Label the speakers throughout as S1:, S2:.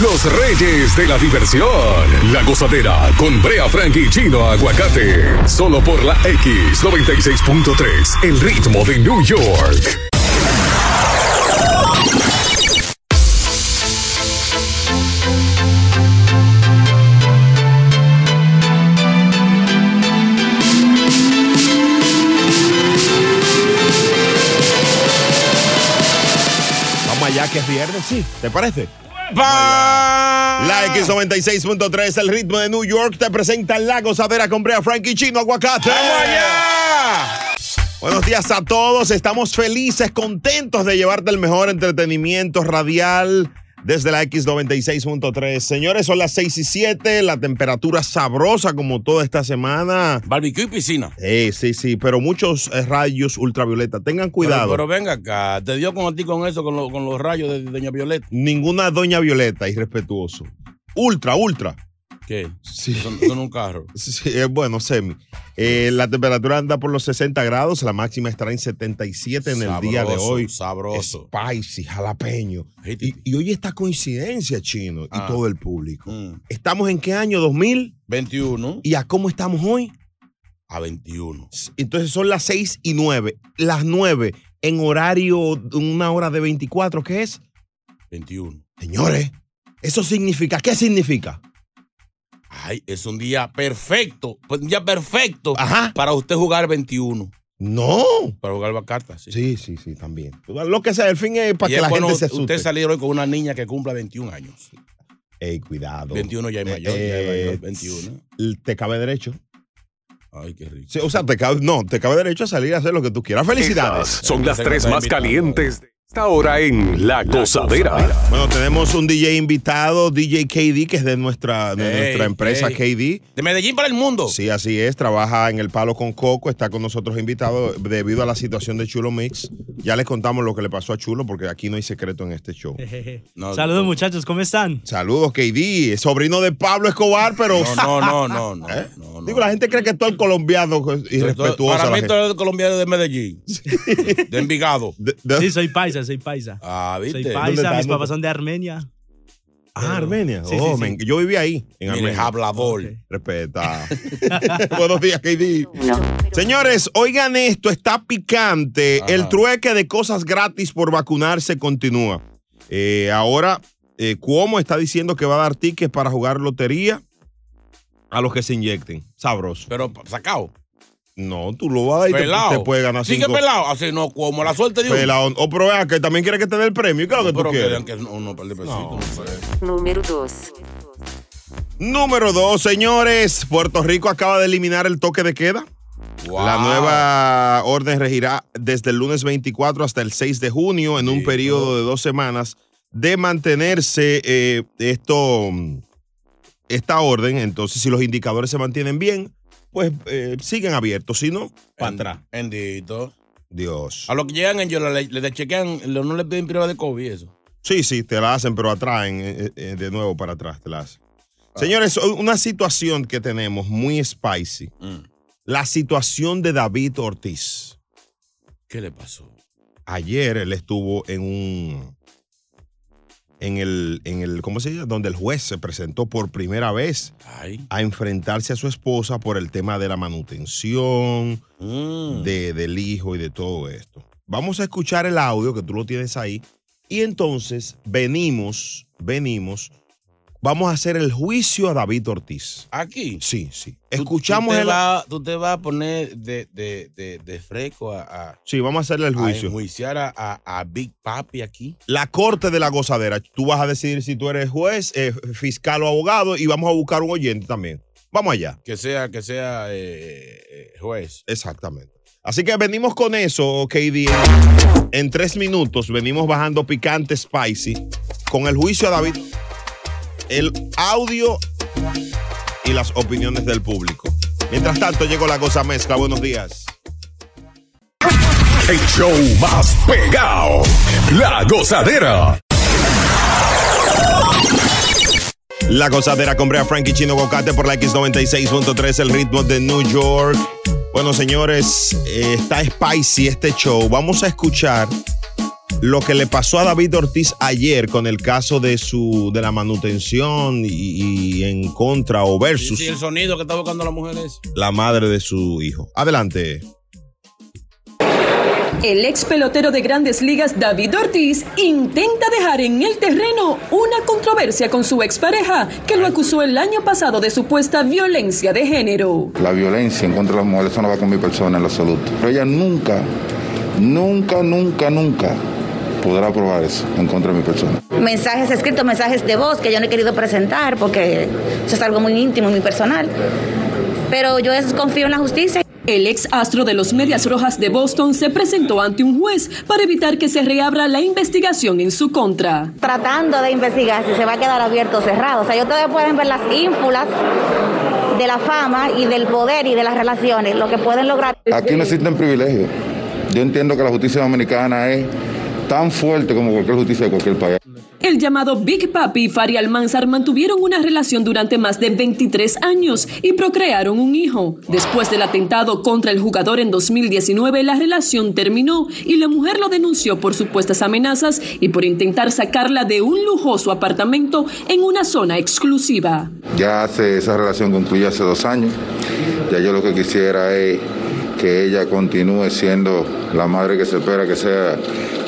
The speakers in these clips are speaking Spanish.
S1: Los reyes de la diversión. La gozadera con Brea Frank y Chino Aguacate. Solo por la X96.3. El ritmo de New York.
S2: Vamos allá que es viernes, sí. ¿Te parece?
S3: La
S2: La X96.3, el ritmo de New York, te presenta La Gozadera con Brea Frankie Chino Aguacate. Buenos días a todos, estamos felices, contentos de llevarte el mejor entretenimiento radial desde la X96.3. Señores, son las 6 y 7, la temperatura sabrosa como toda esta semana.
S3: Barbecue y piscina.
S2: Sí, sí, sí, pero muchos eh, rayos ultravioleta. Tengan cuidado.
S3: Pero, pero venga acá, te dio con a ti con eso, con, lo- con los rayos de Doña Violeta.
S2: Ninguna doña Violeta, irrespetuoso. Ultra, ultra.
S3: ¿Qué?
S2: Sí.
S3: Son, son un carro.
S2: Sí, sí, eh, bueno, semi. Eh, la temperatura anda por los 60 grados, la máxima estará en 77 en el día de
S3: Sabroso,
S2: hoy.
S3: Sabroso.
S2: Spicy, jalapeño. Y,
S3: Jítiti.
S2: y hoy esta coincidencia, chino,
S3: Ah.
S2: y todo el público.
S3: Mm.
S2: ¿Estamos en qué año? ¿2000?
S3: 21
S2: ¿Y a cómo estamos hoy?
S3: a 21.
S2: Entonces son las 6 y 9. Las 9 en horario de una hora de 24, ¿qué es?
S3: 21.
S2: Señores, eso significa, ¿qué significa?
S3: Ay, es un día perfecto. pues, Un día perfecto
S2: Ajá.
S3: para usted jugar 21.
S2: No.
S3: Para jugar bacartas. Sí.
S2: Sí, sí, sí, también. Lo que sea, el fin es para
S3: Y
S2: que
S3: es
S2: la
S3: bueno
S2: gente se asuste.
S3: Usted salir hoy con una niña que cumpla 21 años.
S2: Ey, cuidado.
S3: 21 ya es mayor, ya es
S2: Eh,
S3: mayor, 21.
S2: l- Te cabe derecho.
S3: Ay, qué rico.
S2: Sí, o sea, te cabe, no, te cabe derecho a salir a hacer lo que tú quieras. Felicidades.
S1: Estas son las tres más calientes de esta hora en La Gozadera.
S2: Bueno, tenemos un DJ invitado, DJ KD, que es de nuestra, de
S3: Ey,
S2: nuestra empresa
S3: ey.
S2: KD.
S3: De Medellín para el mundo.
S2: Sí, así es. Trabaja en el Palo con Coco. Está con nosotros invitado debido a la situación de Chulo Mix. Ya les contamos lo que le pasó a Chulo porque aquí no hay secreto en este show.
S3: No,
S4: Saludos
S3: no.
S4: muchachos, ¿cómo están?
S2: Saludos, KD. Sobrino de Pablo Escobar, pero.
S3: No, no, no, no, no,
S2: ¿Eh?
S3: no, no.
S2: Digo, la gente cree que todo el colombiano es irrespetuoso.
S3: Para
S2: la
S3: mí
S2: gente.
S3: todo el colombiano de Medellín. De Envigado.
S2: De- de-
S4: Sí, soy paisa, soy paisa.
S3: Ah,
S4: Soy
S3: ¿viste?
S2: ¿Dónde
S4: paisa,
S2: estás,
S4: mis
S2: loco?
S4: papás son de Armenia.
S2: Ah, Armenia.
S4: Sí,
S2: Oh,
S4: sí, sí.
S2: me- Yo viví ahí, en
S3: Mire,
S2: Armenia.
S3: hablador.
S4: Ok.
S2: Respeta. Buenos días, KD. Señores, oigan esto, está picante.
S3: Ajá.
S2: El trueque de cosas gratis por vacunarse continúa. Eh, ahora, eh, Cuomo está diciendo que va a dar tickets para jugar lotería a los que se inyecten. Sabroso.
S3: Pero pa- sacado.
S2: No, tú lo vas a dar y te,
S3: Pelado.
S2: te puedes ganar
S3: Sí que
S2: cinco.
S3: pelado. Así no, como la suerte de uno.
S2: Pelado. O pero vea que también quiere que te dé el premio. Claro que tú
S3: Pero que
S2: quieres.
S3: vean que no, no, par de pesitos,
S2: No.
S3: no sé.
S5: Número 2.
S2: Número dos, señores. Puerto Rico acaba de eliminar el toque de queda.
S3: Wow.
S2: La nueva orden regirá desde el lunes 24 hasta el 6 de junio en un
S3: Sí.
S2: periodo de dos semanas de mantenerse eh, esto, mm, esta orden. Entonces, si los indicadores se mantienen bien, pues eh, siguen abiertos. Si no, para
S3: En-
S2: atrás.
S3: Bendito.
S2: Dios.
S3: A los que llegan en Yola le, le chequean, lo- no le piden prueba de COVID y eso.
S2: Sí, sí, te la hacen, pero atraen eh, eh, de nuevo para atrás, te la hacen.
S3: Ah.
S2: Señores, una situación que tenemos muy spicy.
S3: Mm.
S2: La situación de David Ortiz.
S3: ¿Qué le pasó?
S2: ayer él estuvo en un en el en el ¿cómo se dice? donde el juez se presentó por primera vez
S3: Ay.
S2: a enfrentarse a su esposa por el tema de la manutención,
S3: Mm.
S2: de, del hijo y de todo esto. Vamos a escuchar el audio que tú lo tienes ahí y entonces venimos, venimos, vamos a hacer el juicio a David Ortiz.
S3: Aquí.
S2: Sí, sí.
S3: Tú-
S2: Escuchamos
S3: tú te
S2: el
S3: vas- tú te vas a poner de, de, de, de fresco a, a, a
S2: Sí, vamos a hacerle el juicio.
S3: enjuiciar a, a- a Big Papi aquí.
S2: la corte de la gozadera. Tú vas a decidir si tú eres juez, eh, fiscal o abogado y vamos a buscar un oyente también. Vamos allá.
S3: Que sea, que sea eh, eh, juez.
S2: Exactamente. Así que venimos con eso, KD. En tres minutos venimos bajando picante spicy con el juicio a David, el audio y las opiniones del público. Mientras tanto, llegó la cosa mezcla. Buenos días.
S1: El show más pegado. La Gozadera.
S2: La gozadera con Brea Frankie Chino Bocate por la X96.3, el ritmo de New York. Bueno, señores, eh, está spicy este show. Vamos a escuchar lo que le pasó a David Ortiz ayer con el caso de su de la manutención y, y en contra o
S3: Sí,
S2: versus
S3: sí, el sonido que está buscando la mujer es.
S2: la madre de su hijo. Adelante.
S5: El ex pelotero de grandes ligas David Ortiz intenta dejar en el terreno una controversia con su expareja que lo acusó el año pasado de supuesta violencia de género.
S6: La violencia en contra de las mujeres, eso no va con mi persona en lo absoluto. Pero ella nunca, nunca, nunca, nunca podrá probar eso en contra de mi persona.
S7: mensajes escritos, mensajes de voz que yo no he querido presentar porque eso es algo muy íntimo, muy personal. Pero yo es- confío en la justicia.
S5: El ex astro de los Medias Rojas de Boston se presentó ante un juez para evitar que se reabra la investigación en su contra.
S7: Tratando de investigar si se va a quedar abierto o cerrado. O sea, yo todavía pueden ver las ínfulas de la fama y del poder y de las relaciones, lo que pueden lograr.
S6: Aquí no existen privilegios. Yo entiendo que la justicia dominicana es tan fuerte como cualquier justicia de cualquier país.
S5: El llamado Big Papi y Fari Almanzar mantuvieron una relación durante más de 23 años y procrearon un hijo. Después del atentado contra el jugador en 2019, la relación terminó y la mujer lo denunció por supuestas amenazas y por intentar sacarla de un lujoso apartamento en una zona exclusiva.
S6: Ya hace, esa relación concluyó hace dos años. Ya yo lo que quisiera es que ella continúe siendo la madre que se espera que sea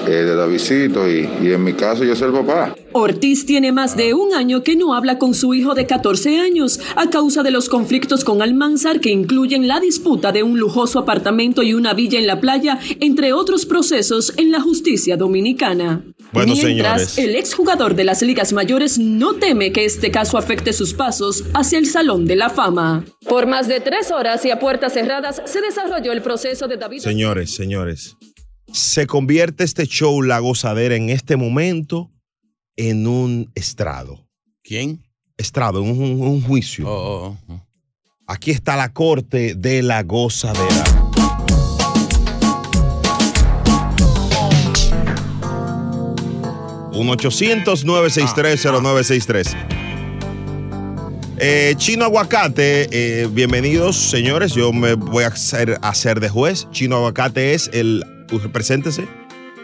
S6: eh, de Davidcito y, y en mi caso yo soy el papá.
S5: Ortiz tiene más de un año que no habla con su hijo de 14 años a causa de los conflictos con Almanzar que incluyen la disputa de un lujoso apartamento y una villa en la playa, entre otros procesos en la justicia dominicana.
S2: Bueno,
S5: Mientras,
S2: señores.
S5: el exjugador de las ligas mayores no teme que este caso afecte sus pasos hacia el Salón de la Fama. Por más de tres horas y a puertas cerradas se desarrolló el proceso de David.
S2: Señores, señores, se convierte este show La Gozadera en este momento en un estrado.
S3: ¿Quién?
S2: Estrado, en un, un juicio.
S3: Oh, oh, oh.
S2: Aquí está la corte de La Gozadera. Un 800-963-0963. Eh, Chino Aguacate, eh, bienvenidos señores. Yo me voy a hacer, a hacer de juez. Chino Aguacate es el. Preséntese.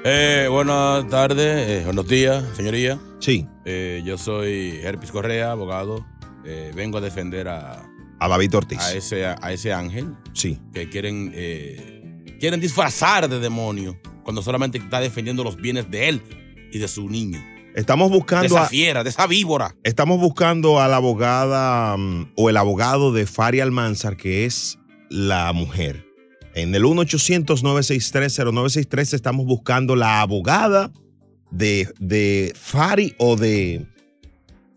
S3: Eh, buenas tardes, eh, buenos días, señoría.
S2: Sí,
S3: Eh, yo soy Herpes Correa, abogado. Eh, vengo a defender a,
S2: a David Ortiz.
S3: a ese, a ese ángel
S2: Sí.
S3: que quieren, eh, quieren disfrazar de demonio cuando solamente está defendiendo los bienes de él y de su niño.
S2: Estamos
S3: De
S2: buscando
S3: esa
S2: a,
S3: fiera, de esa víbora.
S2: Estamos buscando a la abogada mm, o el abogado de Fari Almanzar, que es la mujer. En el 1-800-963-0963 estamos buscando la abogada de, de Fari o de,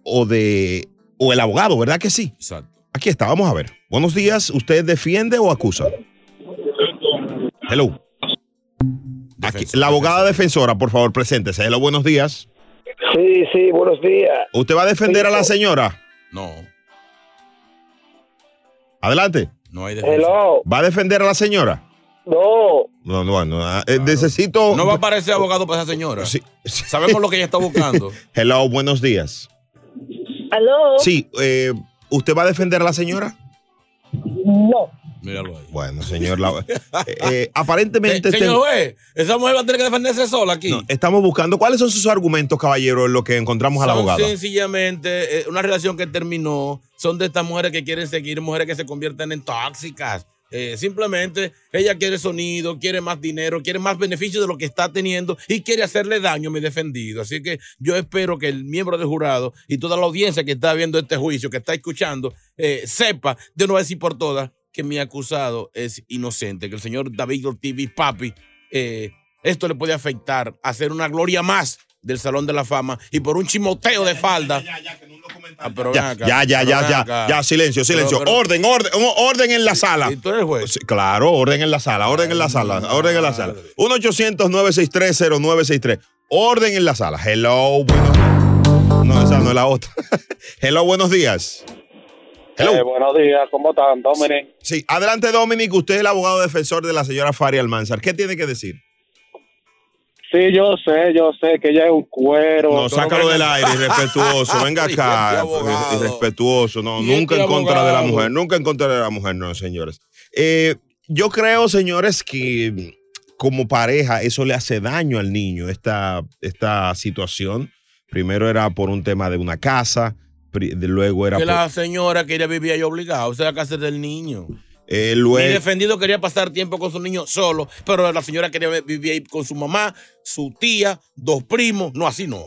S2: o de. o el abogado, ¿verdad que sí?
S3: Exacto.
S2: Aquí está, vamos a ver. Buenos días, ¿usted defiende o acusa? Hello. Aquí,
S3: Defensa-
S2: la abogada defensora, por favor, preséntese. Hello, buenos días.
S8: Sí, sí, buenos días.
S2: ¿Usted va a defender a la señora?
S3: No,
S2: Adelante.
S3: no hay defensa.
S8: Hello.
S2: ¿Va a defender a la señora?
S8: No,
S2: No, no, no. eh, Necesito.
S3: No va a aparecer abogado para esa señora.
S2: Sí, sí.
S3: Sabemos lo que ella está buscando.
S2: Hello, buenos días.
S8: ¿Aló?
S2: Sí, eh, ¿usted va a defender a la señora?
S8: no.
S3: Míralo ahí.
S2: Bueno, señor. la- eh, eh, aparentemente
S3: Eh, señor juez, esa mujer va a tener que defenderse sola aquí.
S2: este- no, estamos buscando. ¿Cuáles son sus argumentos, caballero, en lo que encontramos a la
S3: Son
S2: abogada?
S3: sencillamente eh, una relación que terminó. Son de estas mujeres que quieren seguir, mujeres que se convierten en tóxicas. Eh, simplemente ella quiere sonido, quiere más dinero, quiere más beneficios de lo que está teniendo y quiere hacerle daño a mi defendido. Así que yo espero que el miembro del jurado y toda la audiencia que está viendo este juicio, que está escuchando, eh, sepa de una vez y por todas que mi acusado es inocente, que el señor David Ortiz Papi eh, esto le puede afectar a hacer una gloria más del Salón de la Fama y por un chimoteo de falda. Ah, pero ven
S2: Ya,
S3: acá,
S2: ya, ya,
S3: pero
S2: ya,
S3: ven
S2: ya,
S3: acá.
S2: ya, silencio, silencio.
S3: Pero- pero-
S2: orden, orden, un orden en la sala.
S3: Y tú eres juez.
S2: Sí, Claro, orden en la sala, orden en la sala, orden en la sala. 1-800-963-0963. Orden en la sala. Hello, buenos No, esa no es la otra. Hello, buenos días. Hello.
S9: Eh, buenos días, ¿cómo están, Dominic?
S2: Sí, adelante, Dominic. Usted es el abogado defensor de la señora Fari Almanzar. ¿Qué tiene que decir?
S9: Sí, yo sé, yo sé que ella es un cuero.
S2: No, sácalo
S3: venga.
S2: del aire, irrespetuoso. Venga
S3: Ay, este
S2: acá,
S3: abogado.
S2: irrespetuoso. No,
S3: Y
S2: nunca
S3: este
S2: en contra de la
S3: abogado.
S2: mujer, nunca en contra de la mujer, no, señores. Eh, yo creo, señores, que como pareja eso le hace daño al niño, esta, esta situación. Primero era por un tema de una casa, pri- de- luego era
S3: que
S2: por,
S3: la señora quería vivir ahí obligada, o sea, la casa del niño.
S2: eh,
S3: Mi
S2: luego
S3: defendido quería pasar tiempo con su niño solo, pero la señora quería vi- vivir ahí con su mamá, su tía, dos primos. No, así no.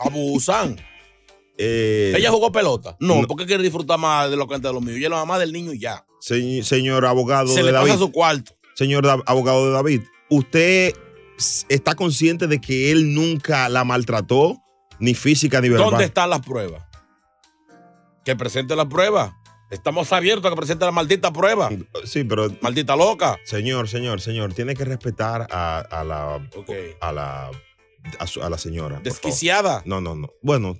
S3: Abusan.
S2: eh,
S3: ¿Ella jugó pelota? No,
S2: no.
S3: porque quiere disfrutar más de lo que antes de los míos. Ella es la mamá del niño y ya.
S2: se- señor abogado
S3: Se
S2: de
S3: le
S2: David,
S3: pasa su cuarto.
S2: señor da- abogado de David, ¿usted s- está consciente de que él nunca la maltrató, ni física ni verbal?
S3: ¿Dónde están las pruebas? Que presente las pruebas. Estamos abiertos a que presente la maldita prueba.
S2: Sí, pero
S3: Maldita loca.
S2: señor, señor, señor, tiene que respetar a, a la
S3: Ok.
S2: a la a, su- a la señora. por favor.
S3: Desquiciada.
S2: No, no, no. Bueno,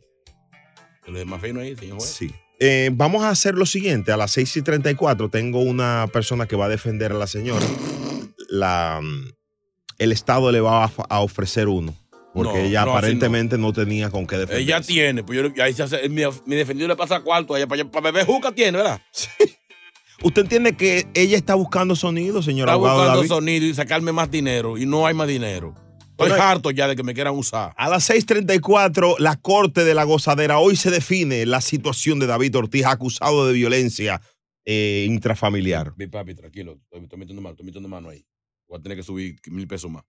S3: Lo demás fino ahí, señor juez.
S2: sí. Eh, vamos a hacer lo siguiente. A las 6 y 34 tengo una persona que va a defender a la señora. La, mm, el Estado le va a, of- a ofrecer uno. Porque
S3: No,
S2: ella
S3: no, así
S2: aparentemente no. tenía con qué defender.
S3: Ella tiene, pues yo, ahí se hace, mi, mi defendido le pasa cuarto a ella, para, para beber juca tiene, ¿verdad?
S2: ¿Usted entiende que ella está buscando sonido, señor
S3: Está
S2: abogado
S3: buscando
S2: David?
S3: sonido y sacarme más dinero y no hay más dinero. Estoy
S2: Pero-
S3: harto ya de que me quieran usar.
S2: A las 6:34, la Corte de la Gozadera. Hoy se define la situación de David Ortiz, acusado de violencia eh, intrafamiliar.
S3: Mi papi, tranquilo, estoy, estoy metiendo mano, estoy metiendo mano ahí. Voy a tener que subir mil pesos más.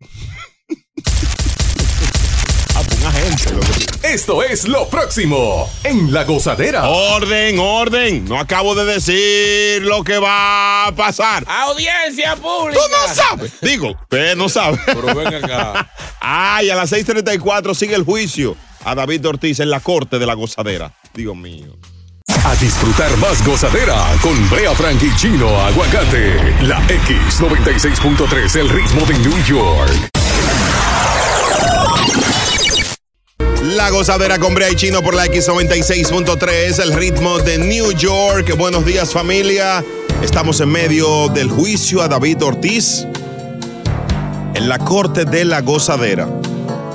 S2: Ah, pues, un agente, lo que-
S1: Esto es lo próximo en La Gozadera.
S2: Orden, orden. No acabo de decir lo que va a pasar.
S3: ¡Audiencia
S2: Tú
S3: pública!
S2: no sabes. Digo, usted no sabe.
S3: Pero ven acá.
S2: Ay, a las 6:34 sigue el juicio a David Ortiz en la corte de la gozadera. Dios mío.
S1: A disfrutar más gozadera con Brea Frank y Chino Aguacate. La X96.3, el ritmo de New York.
S2: La gozadera con Brea y Chino por la X96.3, el ritmo de New York. Buenos días, familia. Estamos en medio del juicio a David Ortiz en la corte de la gozadera.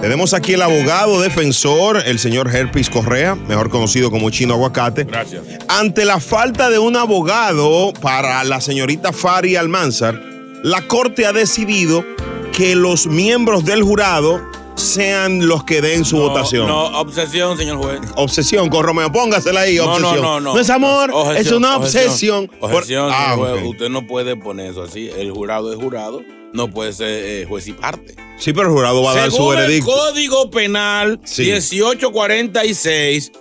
S2: Tenemos aquí el abogado defensor, el señor Herpes Correa, mejor conocido como Chino Aguacate.
S3: Gracias.
S2: Ante la falta de un abogado para la señorita Fari Almanzar, la Corte ha decidido que los miembros del jurado sean los que den su
S3: No,
S2: votación.
S3: No, obsesión, señor juez.
S2: Obsesión con Romeo, póngasela ahí,
S3: No,
S2: obsesión.
S3: no, no, no.
S2: es amor,
S3: Objeción,
S2: es una
S3: objeción.
S2: obsesión. Por-
S3: Objeción, señor
S2: Ah,
S3: juez.
S2: ok.
S3: Usted no puede poner eso así. El jurado es jurado. No puede ser eh, juez y parte.
S2: Sí, pero el jurado va a dar su
S3: Según el
S2: veredicto.
S3: Código Penal
S2: Sí.
S3: 1846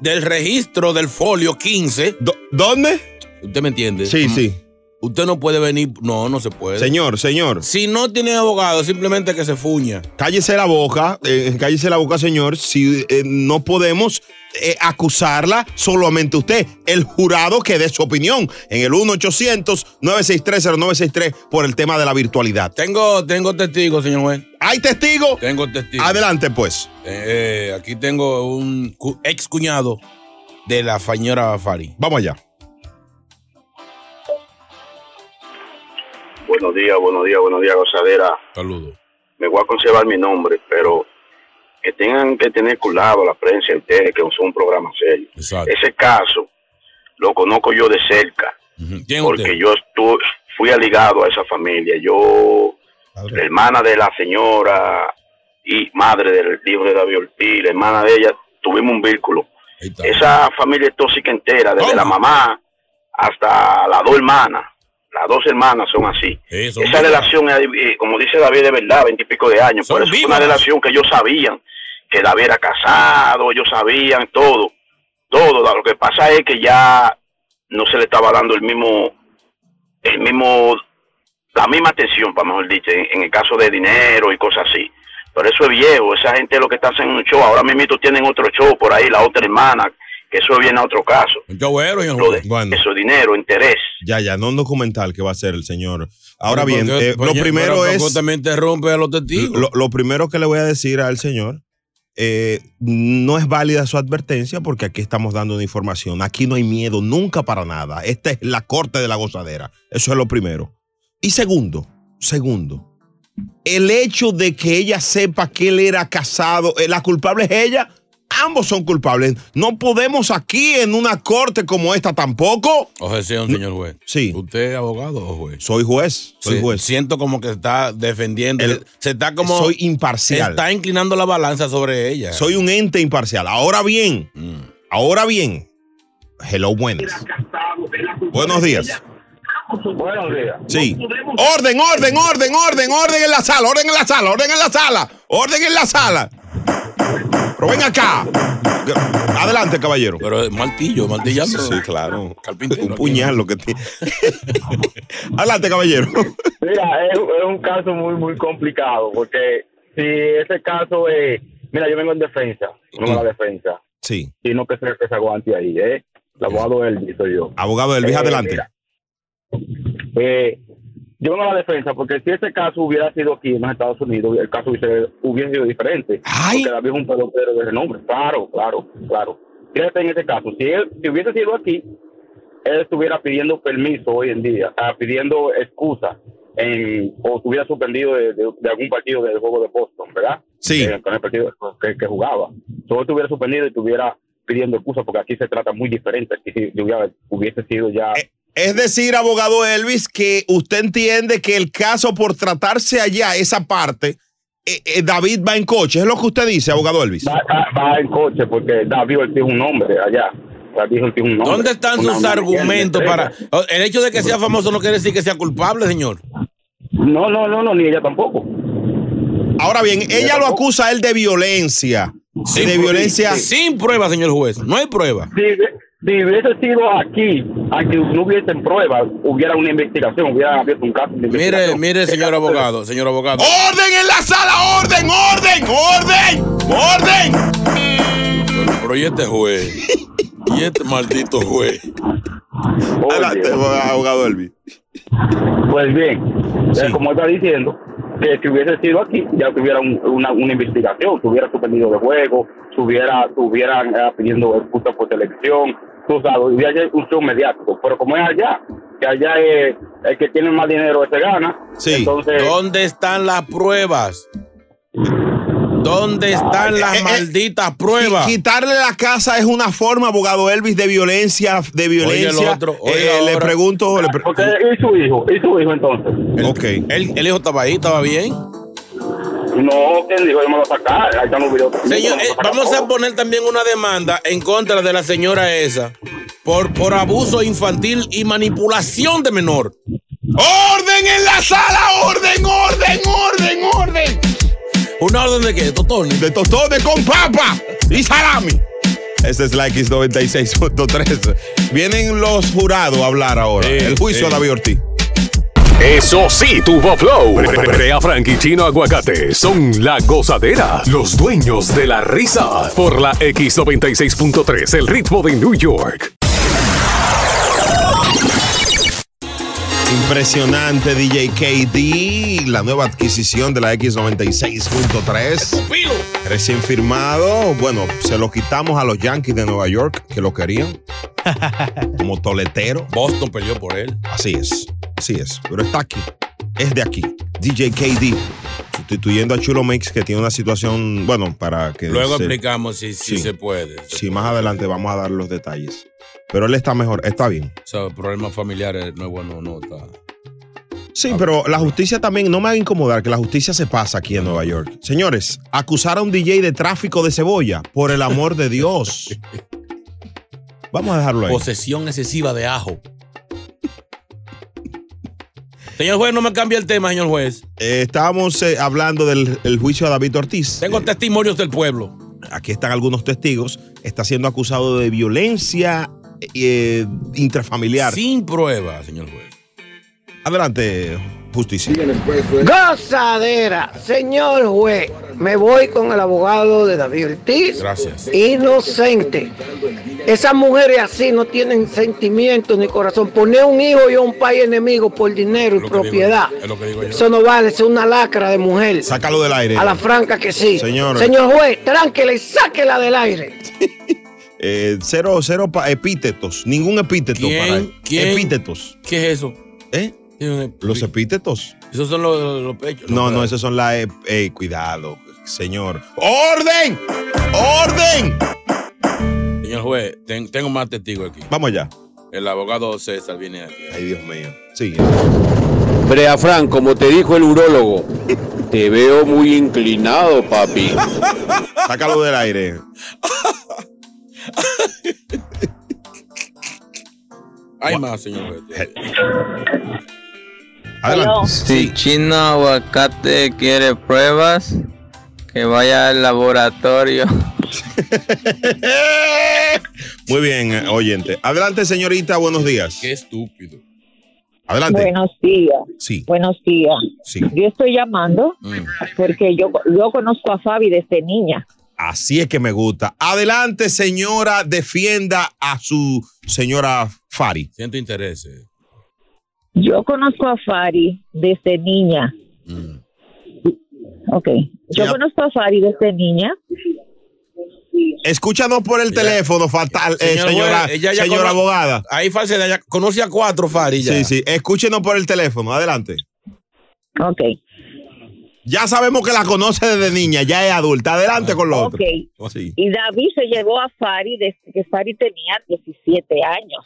S3: del registro del folio 15.
S2: Do- ¿Dónde?
S3: ¿Usted me entiende? Mm.
S2: Sí, sí.
S3: Usted no puede venir. No, no se puede.
S2: Señor, señor.
S3: Si no tiene abogado, simplemente que se fuña.
S2: Cállese la boca, eh, cállese la boca, señor. Si eh, no podemos eh, acusarla solamente usted, el jurado que dé su opinión en el 1-800-963-0963 por el tema de la virtualidad.
S3: Tengo, tengo testigos, señor juez.
S2: ¿Hay testigo?
S3: Tengo testigos.
S2: Adelante, pues.
S3: Eh, eh, aquí tengo un cu- ex cuñado de la señora Fari.
S2: Vamos allá.
S9: Buenos días, buenos días, buenos días, gozadera.
S3: Saludos.
S9: Me voy a conservar mi nombre, pero que tengan que tener cuidado la prensa y ustedes, que son un programa serio.
S3: Exacto.
S9: Ese caso lo conozco yo de cerca,
S3: Ujú. ¿Quién es
S9: porque
S3: usted?
S9: yo estu- fui aligado a esa familia. Yo, la hermana de la señora y madre del libro de David Ortiz, la hermana de ella, tuvimos un vínculo.
S3: Ahí está.
S9: Esa familia es tóxica entera, desde
S3: ¿Cómo?
S9: la mamá hasta las dos hermanas. Las dos hermanas son así.
S3: Eso,
S9: Esa
S3: mira.
S9: relación, es, eh, como dice David, de verdad, veintipico de años.
S3: Son
S9: Por eso fue
S3: vivas.
S9: una relación que ellos sabían, que David era casado, ellos sabían todo, todo. Lo que pasa es que ya no se le estaba dando el mismo, el mismo, la misma atención, para mejor dicho, en, en el caso de dinero y cosas así. Pero eso es viejo, esa gente es lo que está haciendo un show. Ahora mismo tienen otro show por ahí, la otra hermana, que eso viene a otro caso.
S3: Un chagüero, señor
S9: Lo
S3: juez.
S9: de
S2: Bueno.
S9: eso, dinero, interés.
S2: Ya, ya, no un documental que va a ser el señor. Ahora
S3: Pero
S2: bien,
S3: porque-
S2: eh, lo
S3: porque-
S2: primero
S3: pero
S2: es...
S3: porque usted me interrumpe a los testigos.
S2: Lo, lo primero que le voy a decir al señor, eh, no es válida su advertencia porque aquí estamos dando una información. Aquí no hay miedo nunca para nada. Esta es la corte de la gozadera. Eso es lo primero. Y segundo, segundo, el hecho de que ella sepa que él era casado, eh, la culpable es ella Ambos son culpables. No podemos aquí en una corte como esta tampoco.
S3: Objeción, señor juez.
S2: Sí.
S3: ¿Usted es abogado o juez?
S2: Soy juez, soy
S3: Sí,
S2: juez.
S3: Siento como que está defendiendo. eh,
S2: El-
S3: se está como.
S2: soy imparcial.
S3: Está inclinando la balanza sobre ella.
S2: Soy un ente imparcial. Ahora bien, ahora bien. Hello, buenas. Buenos días.
S8: Buenos días.
S2: Sí. Orden, orden, orden, orden, orden en la sala, orden en la sala, orden en la sala, orden en la sala. Pero ven acá. Adelante, caballero.
S3: Pero es martillo, martillando.
S2: Sí, claro.
S3: Carpintero
S2: Un
S3: aquí.
S2: puñal lo que tiene. Adelante, caballero.
S8: Mira, es, es un caso muy, muy complicado, porque si ese caso es... Mira, yo vengo en defensa, no la
S2: Mm.
S8: defensa,
S2: Sí.
S8: sino que se, que se aguante ahí, ¿eh? El abogado Elvis soy yo.
S2: Abogado Elvis,
S8: Eh,
S2: adelante.
S8: mira, eh, yo vengo a la defensa, porque si ese caso hubiera sido aquí en los Estados Unidos, el caso hubiese, hubiese sido diferente.
S2: Ay.
S8: Porque David es un pelotero de renombre. Claro, claro, claro. Fíjate en ese caso. Si él si hubiese sido aquí, él estuviera pidiendo permiso hoy en día, ah, pidiendo excusa, en, o estuviera suspendido de, de- de algún partido del juego de Boston, ¿verdad?
S2: Sí.
S8: Eh, con el partido que, que jugaba. Todo estuviera suspendido y estuviera pidiendo excusa, porque aquí se trata muy diferente. Si, si hubiera- hubiese sido ya.
S2: Eh, Es decir, abogado Elvis, que usted entiende que el caso por tratarse allá, esa parte, eh, eh, David va en coche. Es lo que usted dice, abogado Elvis.
S8: Va, va- va en coche porque David Ortiz es un hombre allá. David Ortiz es un hombre.
S3: ¿Dónde están
S8: Una- ¿eh?
S3: sus
S8: una
S3: argumentos
S8: leyenda.
S3: para.? Oh, El hecho de que sea famoso no quiere decir que sea culpable, señor.
S8: No, no, no, no, ni ella tampoco.
S2: Ahora bien, ella lo acusa a él de violencia. de
S3: prueba.
S2: violencia.
S3: Sin prueba, señor juez. No hay prueba.
S8: Si, hubi- si hubiese sido aquí, aquí no hubiesen pruebas, hubiera una investigación, hubiera abierto un caso de
S3: Mire,
S8: investigación.
S3: mire, señor abogado, señor abogado.
S2: ¡Orden en la sala! ¡Orden, orden, orden! ¡Orden!
S3: Pero y este juez. Y este maldito juez.
S8: Oye,
S2: Adelante, abogado Elvis.
S8: Pues bien, eh, como está diciendo, que si hubiese sido aquí, ya tuviera un- una, una investigación, tuviera suspendido de juego, tuviera, tuvieran eh, pidiendo excusa por selección, tú sabes, hubiera un show mediático. Pero como es allá, que allá es el que tiene más dinero se gana,
S2: Sí.
S8: entonces
S3: ¿Dónde están las pruebas? ¿Dónde están
S2: eh,
S3: las
S2: eh,
S3: malditas pruebas?
S2: Qui- Quitarle la casa es una forma, abogado Elvis, de violencia, de violencia.
S3: otro, oiga
S2: Eh, le
S3: ahora.
S2: pregunto, le pre-
S8: porque, y su hijo, y su hijo entonces.
S2: Ok.
S3: El, el hijo estaba ahí, estaba bien.
S8: No, ¿quién dijo? Yo me lo sacar, ahí están los videos.
S3: Señor, eh, vamos a poner también una demanda en contra de la señora esa por, por abuso infantil y manipulación de menor.
S2: ¡Orden en la sala! ¡Orden, orden, orden, orden!
S3: ¿Una orden de qué? Totón.
S2: De tostones con papa y salami. Esta Este es la X96.3. Vienen los jurados a hablar ahora.
S3: Sí,
S2: el juicio
S3: sí.
S2: a David Ortiz.
S1: Eso sí, tuvo flow. Brea Frank y Chino Aguacate son la gozadera, los dueños de la risa. Por la X96.3, el ritmo de New York.
S2: Impresionante DJ KD, la nueva adquisición de la X96.3.
S3: Pilo.
S2: Recién firmado, bueno, se lo quitamos a los Yankees de Nueva York que lo querían. Como toletero.
S3: Boston peleó por él.
S2: Así es, así es. Pero está aquí, es de aquí. DJ KD, sustituyendo a Chulo Mix que tiene una situación, bueno, para que...
S3: Luego
S2: se-
S3: explicamos si, si
S2: Sí.
S3: se puede.
S2: Sí, más adelante vamos a dar los detalles. Pero él está mejor, está bien.
S3: O sea, problemas familiares no es bueno, no está.
S2: Sí, pero la justicia también, no me va a incomodar que la justicia se pasa aquí en Nueva York. Señores, acusar a un DJ de tráfico de cebolla, por el amor de Dios. Vamos a dejarlo ahí.
S3: Posesión excesiva de ajo. señor juez, no me cambie el tema, señor juez.
S2: Eh, estábamos eh, hablando del el juicio a David Ortiz.
S3: Tengo
S2: Eh,
S3: testimonios del pueblo.
S2: aquí están algunos testigos. Está siendo acusado de violencia eh, intrafamiliar.
S3: Sin prueba, señor juez.
S2: Adelante, justicia.
S10: Gozadera, señor juez, me voy con el abogado de David Ortiz.
S3: Gracias.
S10: Inocente. Esas mujeres así no tienen sentimiento ni corazón. Poner un hijo y un país enemigo por dinero
S3: Es
S10: y
S3: lo que digo
S10: propiedad.
S3: yo, es lo que digo yo.
S10: Eso no vale, eso es una lacra de mujer.
S2: Sácalo del aire.
S10: A la franca que sí.
S2: Señores.
S10: Señor juez, tránquela y sáquela del aire.
S2: Eh, cero cero pa- epítetos. Ningún epíteto
S3: ¿Quién?
S2: para él.
S3: ¿Quién?
S2: Epítetos.
S3: ¿Qué es eso?
S2: ¿Eh?
S3: Tiene un-
S2: Los epítetos.
S3: Esos son los, los pechos.
S2: No, no,
S3: ¿verdad?
S2: esos son las. e, eh, eh, cuidado. Señor. ¡Orden! ¡Orden!
S3: Señor juez, ten- tengo más testigos aquí.
S2: Vamos allá.
S3: El abogado César viene aquí.
S2: Ay, Dios mío. Sí.
S9: Brea Frank, como te dijo el urólogo, te veo muy inclinado, papi.
S2: Sácalo del aire.
S3: Hay más, señor juez.
S11: Si Chino Aguacate quiere pruebas, que vaya al laboratorio.
S2: Muy bien, eh, oyente. Adelante, señorita, buenos días.
S3: Qué estúpido.
S2: Adelante.
S12: Buenos días. Buenos días. Yo estoy llamando
S2: Mm.
S12: porque yo, yo conozco a Fabi desde niña.
S2: Así es que me gusta. Adelante, señora, defienda a su señora Fari.
S3: Siento interés. eh.
S12: Yo conozco a Fari desde niña. Ok. Yo
S2: Mm. Ya.
S12: conozco a Fari desde niña.
S2: Escúchanos por el teléfono, fatal, eh,
S3: Señor
S2: señora,
S3: juez, ella ya
S2: señora
S3: cono-
S2: abogada.
S3: Ahí falsedad, ya conoce a cuatro Fari ya.
S2: Sí, sí. Escúchenos por el teléfono. Adelante.
S12: Ok.
S2: Ya sabemos que la conoce desde niña, ya es adulta. Adelante con lo
S12: Ok.
S2: otro. Oh, Sí.
S12: Y David se llevó a Fari desde que Fari tenía 17 años.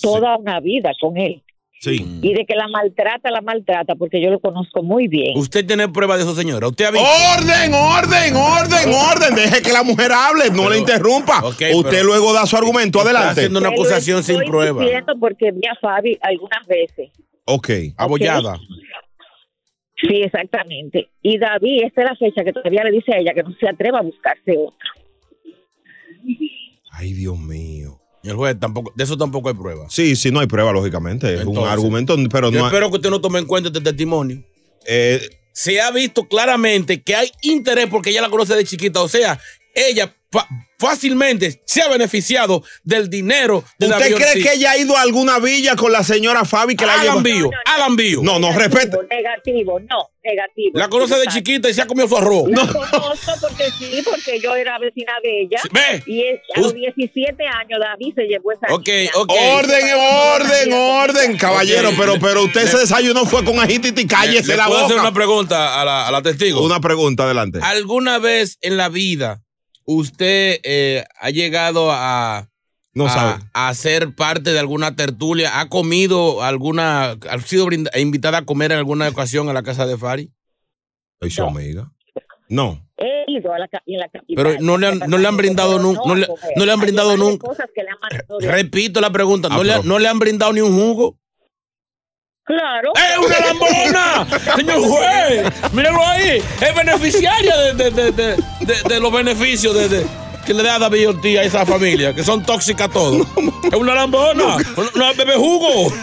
S12: Toda una vida con él.
S2: Sí.
S12: Y de que la maltrata, la maltrata, porque yo lo conozco muy bien.
S3: Usted tiene pruebas de eso, señora. Usted ha visto.
S2: Orden, orden, orden, orden. Deje que la mujer hable, no la interrumpa. Usted
S3: pero-
S2: luego da su argumento.
S3: Está
S2: Adelante.
S3: haciendo una
S12: Te lo
S3: acusación sin
S12: estoy
S3: prueba.
S12: diciendo porque vi a Fabi algunas veces.
S2: Ok.
S3: Abollada.
S12: Sí, exactamente. Y David, esta es la fecha que todavía le dice a ella que no se atreva a buscarse otra.
S2: Ay, Dios mío.
S3: Señor juez, tampoco, de eso tampoco hay prueba.
S2: Sí, sí, no hay prueba, lógicamente. Es un
S3: Entonces,
S2: argumento, pero
S3: Yo
S2: no. hay- Eh,
S3: espero que usted no tome en cuenta este testimonio. Se ha visto claramente que hay interés porque ella la conoce de chiquita. O sea, ella fa- fácilmente se ha beneficiado del dinero de la
S2: ¿Usted cree
S3: Beyoncé.
S2: que ella ha ido a alguna villa con la señora Fabi que la lleva?
S3: Hagan vío, hagan vío.
S2: No, no, respete.
S12: Negativo, no, negativo.
S3: La conoce de chiquita y se ha comido su arroz.
S12: La conozco porque sí, porque yo era vecina de ella.
S3: Ve.
S12: Y es- a los 17 años David se llevó esa
S3: Ok,
S12: niña.
S3: ok.
S2: Orden, orden, orden, caballero. Pero, pero usted se desayunó fue con ajitita y cállese
S3: ¿Le
S2: la
S3: puedo hacer una
S2: boca.
S3: pregunta a la, a la testigo? Ah,
S2: Una pregunta, adelante.
S3: ¿Alguna vez en la vida usted eh, ha llegado a,
S2: No
S3: a-
S2: sabe.
S3: a ser parte de alguna tertulia? ¿Ha comido alguna, ha sido brinda- invitada a comer en alguna ocasión a la casa de Fari?
S2: Soy su amiga. No.
S12: He ido a la, ca- en la capital.
S3: Pero no le han- no le han brindado
S12: Pero
S3: nun- no le-
S12: a coger.
S3: no le han
S12: A
S3: brindado
S12: llevarle
S3: nunca.
S12: cosas que le han mandado de-
S3: Repito la pregunta, ¿no,
S2: Ah,
S3: le,
S2: pero-
S3: no le han brindado ni un jugo?
S12: Claro.
S3: ¡Es ¡Eh, una lambona! ¡Señor juez! ¡Míralo ahí! ¡Es beneficiaria de, de- de- de- de- de los beneficios de, de- que le da David Ortiz a esa familia, que son tóxicas todos. ¡Es una lambona! ¡No, no bebe jugo!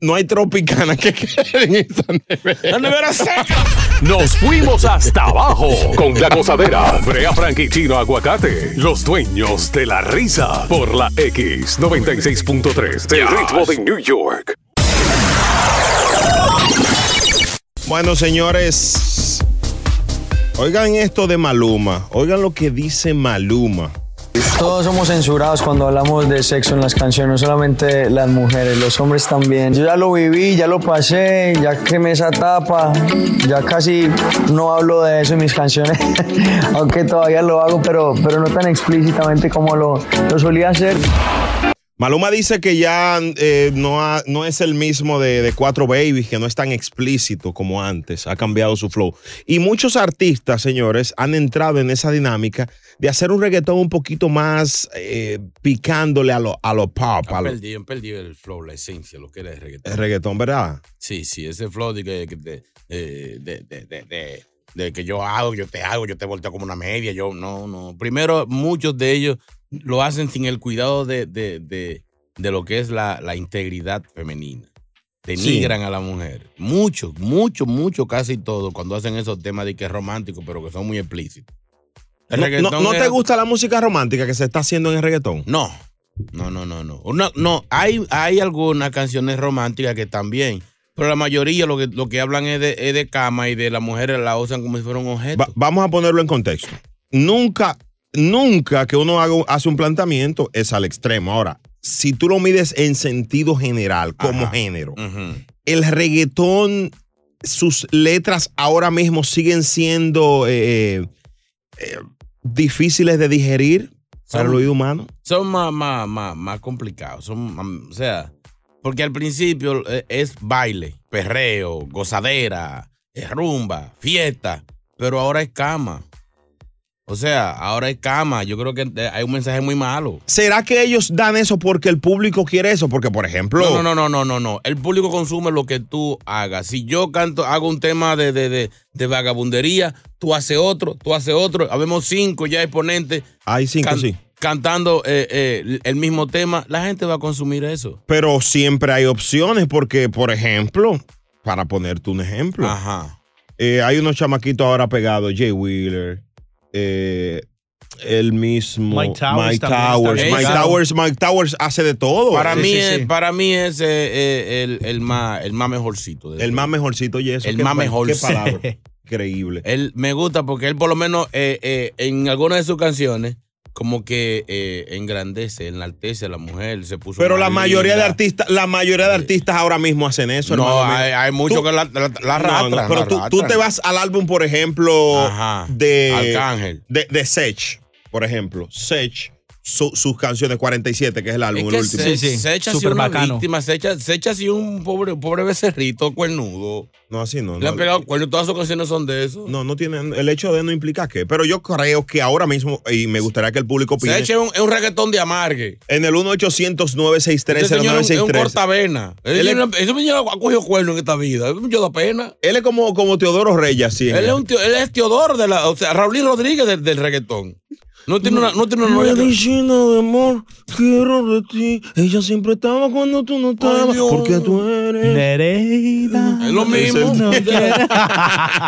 S2: No hay tropicana que quede en esa nevera.
S3: ¡La nevera seca!
S1: Nos fuimos hasta abajo con la gozadera. Brea Frank y Chino Aguacate, los dueños de la risa por la X96.3 del ritmo de New York.
S2: Bueno, señores. Oigan esto de Maluma. Oigan lo que dice Maluma.
S13: Todos somos censurados cuando hablamos de sexo en las canciones, no solamente las mujeres, los hombres también. Yo ya lo viví, ya lo pasé, ya quemé esa etapa, ya casi no hablo de eso en mis canciones, aunque todavía lo hago, pero, pero no tan explícitamente como lo, lo solía hacer.
S2: Maluma dice que ya eh, no, ha- no es el mismo de, de Cuatro Babies, que no es tan explícito como antes, ha cambiado su flow. Y muchos artistas, señores, han entrado en esa dinámica de hacer un reggaetón un poquito más eh, picándole a lo, a lo pop, a lo-
S3: Perdí, perdí el flow, la esencia, lo que era el reggaetón.
S2: el reggaetón, ¿verdad?
S3: Sí, sí, ese flow de que, que te- eh, de, de- de- de- de que yo hago, yo te hago, yo te volteo como una media, yo no, no. Primero, muchos de ellos lo hacen sin el cuidado de, de- de- de lo que es la, la integridad femenina. Denigran a la mujer. Muchos, muchos, muchos, casi todos, cuando hacen esos temas de que es romántico, pero que son muy explícitos. El
S2: No- ¿No,
S3: reggaetón
S2: no te
S3: era-
S2: gusta la música romántica que se está haciendo en el reggaetón?
S3: No. No, no, no, no. Una- no, hay, hay algunas canciones románticas que también, pero la mayoría lo que, lo que hablan es de, es de cama y de las mujeres la usan como si fuera un objeto.
S2: Va- vamos a ponerlo en contexto. Nunca, nunca que uno haga, hace un planteamiento es al extremo. Ahora, si tú lo mides en sentido general, como género,
S3: Ujú.
S2: el reggaetón sus letras ahora mismo siguen siendo eh, eh, difíciles de digerir para el
S3: Son-
S2: oído humano?
S3: son más, más, más, más complicados. Son, más- o sea, porque al principio eh, es baile, perreo, gozadera, eh, rumba, fiesta, pero ahora es cama. O sea, ahora es cama. Yo creo que eh, hay un mensaje muy malo.
S2: ¿Será que ellos dan eso porque el público quiere eso? Porque, por ejemplo,
S3: No, no, no, no, no, no, no. El público consume lo que tú hagas. Si yo canto, hago un tema de, de, de, de vagabundería, tú haces otro, tú haces otro. Habemos cinco ya exponentes
S2: hay cinco,
S3: Can-
S2: sí.
S3: cantando eh, eh, el mismo tema. La gente va a consumir eso.
S2: Pero siempre hay opciones porque, por ejemplo, para ponerte un ejemplo, eh, hay unos chamaquitos ahora pegados, Jay Wheeler, eh, el mismo
S3: Mike Towers
S2: Mike
S3: también está
S2: Towers,
S3: bien.
S2: Mike
S3: Claro.
S2: Towers, Mike Towers hace de todo.
S3: Para,
S2: Oh, Sí,
S3: mí,
S2: sí,
S3: es,
S2: sí.
S3: para mí es eh, eh, el, el más, el más mejorcito.
S2: el más mejorcito y eso.
S3: El
S2: qué
S3: más
S2: pa-
S3: mejor.
S2: Qué palabra. Increíble.
S3: Él me gusta porque él, por lo menos, eh, eh, en algunas de sus canciones, como que eh, engrandece, enaltece a la mujer, se puso.
S2: Pero
S3: más
S2: la mayoría de
S3: linda.
S2: artistas, la mayoría de artistas ahora mismo hacen eso.
S3: No,
S2: hermano mío.
S3: hay, hay muchos
S2: Tú-
S3: que la, la, la
S2: No, no,
S3: arrastran, la
S2: pero tú, tú
S3: arrastran.
S2: te vas al álbum, por ejemplo, de
S3: Arcángel.
S2: De, de Sech, por ejemplo. Sech, su- sus canciones 47, que es el álbum,
S3: Es
S2: el
S3: que
S2: último.
S3: se, se echa así una víctima, se echa, se echa así un pobre, pobre becerrito cuernudo.
S2: No, así no.
S3: Le
S2: no.
S3: han pegado cuernos, todas sus canciones son de eso.
S2: No, no tiene. El hecho de no implica que. Pero yo creo que ahora mismo, y me gustaría que el público opine.
S3: Se echa un, es un reggaetón de amargue.
S2: En el 1 800 963
S3: Ese señor es un- es un
S2: 0963
S3: cortavena. Ese
S2: Él es-
S3: señor- ese señor ha cogido cuerno en esta vida. Yo da pena.
S2: Él es como, como Teodoro Reyes, sí.
S3: Él es, un tío- él es Teodoro de la. O sea, Raulín Rodríguez del, del reggaetón. No tiene una, no tiene una novia. que-
S14: de amor, quiero de ti. Ella siempre estaba cuando tú no estabas. porque tú eres.
S3: Es lo mismo.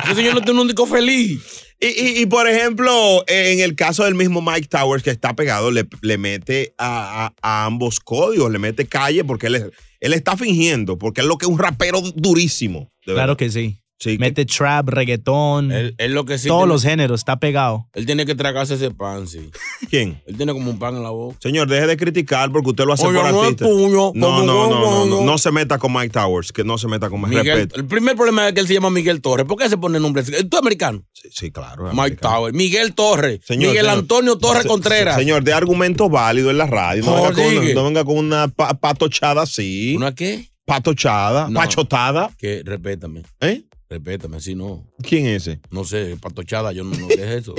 S3: Ese señor no tiene un disco feliz.
S2: Y, y- y, por ejemplo, en el caso del mismo Mike Towers que está pegado, le, le mete a, a- a ambos códigos, le mete calle porque él, es- él está fingiendo, porque es lo que es un rapero durísimo. de
S4: Claro
S2: verdad.
S4: que sí. Mete trap, reggaetón.
S3: él lo que sí
S4: todos
S3: tiene-
S4: los géneros, está pegado.
S3: Él tiene que tragarse ese pan, sí.
S2: ¿Quién?
S3: Él tiene como un pan en la boca.
S2: Señor, deje de criticar porque usted lo hace
S3: Oiga,
S2: por
S3: no es
S2: artista.
S3: tuyo,
S2: no, no,
S3: como
S2: no, no,
S3: guau,
S2: no,
S3: guau.
S2: no se meta con Mike Towers, que no se meta con Mike.
S3: Miguel-
S2: Respeto.
S3: el primer problema es que él se llama Miguel Torres. ¿Por qué se pone el nombre? así? ¿Tú es americano?
S2: Sí, claro.
S3: Mike Tower. Miguel Torres.
S2: Señor,
S3: Miguel
S2: señor.
S3: Antonio Torres
S2: Se-
S3: Contreras.
S2: se- Señor, de argumentos válidos en la radio. No, venga con, una-
S3: Rodríguez.
S2: no venga con una pa- patochada así.
S3: ¿Una qué?
S2: Patochada,
S3: No.
S2: pachotada.
S3: Que respétame.
S2: ¿Eh?
S3: Respétame, si no.
S2: ¿Quién es ese?
S3: No sé, patochada, yo no, no ¿qué es eso.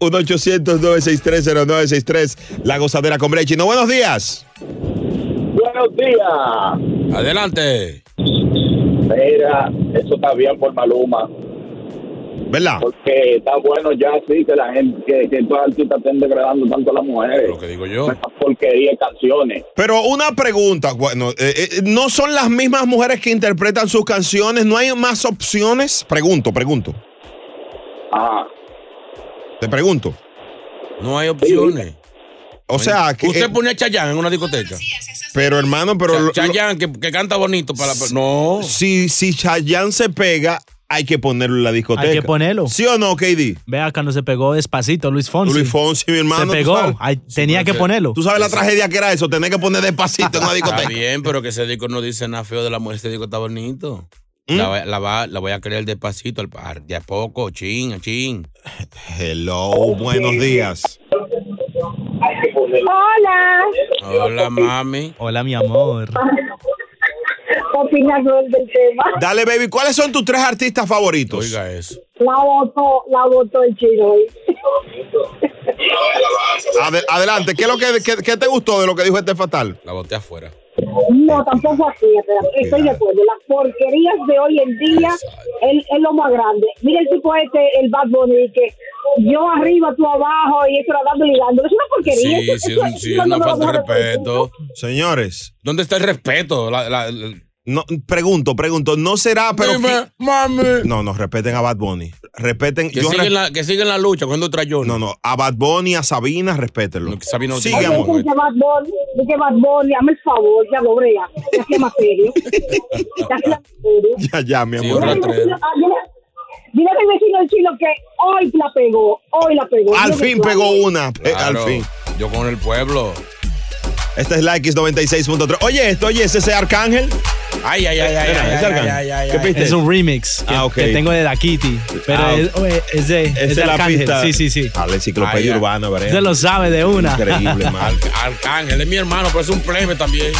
S2: 1-800-963-0963. La gozadera con Brechi. No, buenos días.
S8: Buenos días.
S3: Adelante.
S8: Ah. Mira, eso está bien por Maluma.
S2: ¿Verdad?
S8: Porque está bueno ya sí que la gente, que, que estos artistas estén degradando tanto a las mujeres. Lo que
S3: digo yo.
S8: porquería de canciones.
S2: Pero una pregunta, bueno, eh, eh, ¿no son las mismas mujeres que interpretan sus canciones? ¿No hay más opciones? Pregunto, pregunto.
S8: Ah.
S2: Te pregunto.
S3: No hay opciones.
S2: O sea, que,
S3: Usted
S2: eh,
S3: ponía a Chayanne en una discoteca.
S2: pero hermano, pero... lo- lo-
S3: Chayanne, que, que canta bonito para la- No.
S2: Si, si Chayanne se pega, hay que ponerlo en la discoteca.
S4: Hay que ponerlo.
S2: ¿Sí o no, KD?
S4: Vea, cuando se pegó despacito, Luis Fonsi.
S2: Luis Fonsi, mi hermano.
S4: Se
S2: ¿tú
S4: pegó.
S2: sabes?
S4: Ay, tenía que ponerlo.
S2: ¿Tú sabes la tragedia que era eso? Tener que poner despacito en una
S3: Está
S2: discoteca.
S3: bien, pero que ese disco no dice nada feo de la mujer. Ese disco está bonito.
S2: ¿Mm?
S3: La, va- la va- la voy a creer despacito, al, al- de a poco, chin, a chin.
S2: Hello, buenos días.
S12: Hola.
S3: Hola, mami.
S4: Hola, mi amor.
S12: ¿Qué opinas Rol, del tema?
S2: Dale, baby, ¿cuáles son tus tres artistas favoritos?
S3: Oiga eso.
S12: La votó, la votó el Chiroy.
S2: adelante, ¿qué, es lo que, qué- qué te gustó de lo que dijo este fatal?
S3: La boté afuera.
S12: No, tampoco así, pero estoy de acuerdo. Las porquerías de hoy en día es, es lo más grande. Mira el tipo este, el Bad Bunny, que yo arriba, tú abajo, y eso era dando y dando. Es una porquería.
S3: Sí, sí,
S12: Eso-
S3: es- sí,
S12: eso
S3: es
S12: no
S3: una
S12: me lo
S3: falta de
S12: vamos a dejar.
S3: respeto.
S2: Señores.
S3: ¿Dónde está el respeto? La- la- la-
S2: No, pregunto, pregunto, no será, pero.
S3: Dime, mami.
S2: No, no, respeten a Bad Bunny. Respeten.
S3: que, siguen la, que siguen la lucha cuando trayó.
S2: No, no, a Bad Bunny, a Sabina, respétenlo.
S3: Sabina no tiene
S12: Oye,
S2: Sigamos.
S12: escucha, Bad Bunny, dice Bad Bunny, hazme el favor, ya pobre ya, ya que más serio. Ya que más serio.
S2: Ya, ya, mi amor.
S12: Dile al vecino- ah, dile- Dile al vecino del chino que hoy la pegó, hoy la pegó.
S2: Al
S12: Dile que
S2: fin
S12: tú
S2: pegó
S12: hables.
S2: una. pe- Eh, Al fin.
S3: Yo con el pueblo.
S2: Esta es la X96.3. Oye, esto, oye, ¿es ese Arcángel?
S3: Ay, ay, ay, ay,
S4: Espera,
S3: ay,
S4: ¿es
S3: ay,
S4: Arcángel?
S3: ay, ay,
S4: ¿Qué
S3: ay.
S4: pista Es un remix que,
S2: Ah, ok.
S4: que tengo de Dakiti. Pero
S2: Ah,
S4: es, oye, es de,
S2: Esa
S4: es
S2: es
S4: de
S2: la
S4: Arcángel.
S2: pista.
S4: Sí, sí, sí.
S2: A la enciclopedia
S4: Ay,
S2: urbana, Brea.
S4: Usted lo sabe de una.
S2: Increíble, man.
S3: Arcángel es mi hermano, pero es un plebe también.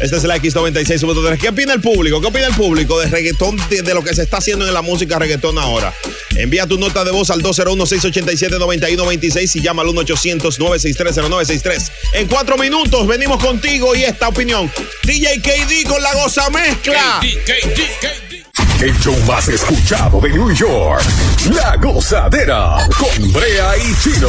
S2: Esta Este es la X96.3. ¿Qué opina el público? ¿Qué opina el público de reggaetón, de, de lo que se está haciendo en la música reggaetón ahora? Envía tu nota de voz al 201-687-9126 y llama al 1-800-963-0963. En cuatro minutos venimos contigo y esta opinión. DJ KD con la goza mezcla.
S1: El show más escuchado de New York. La gozadera con Brea y Chino.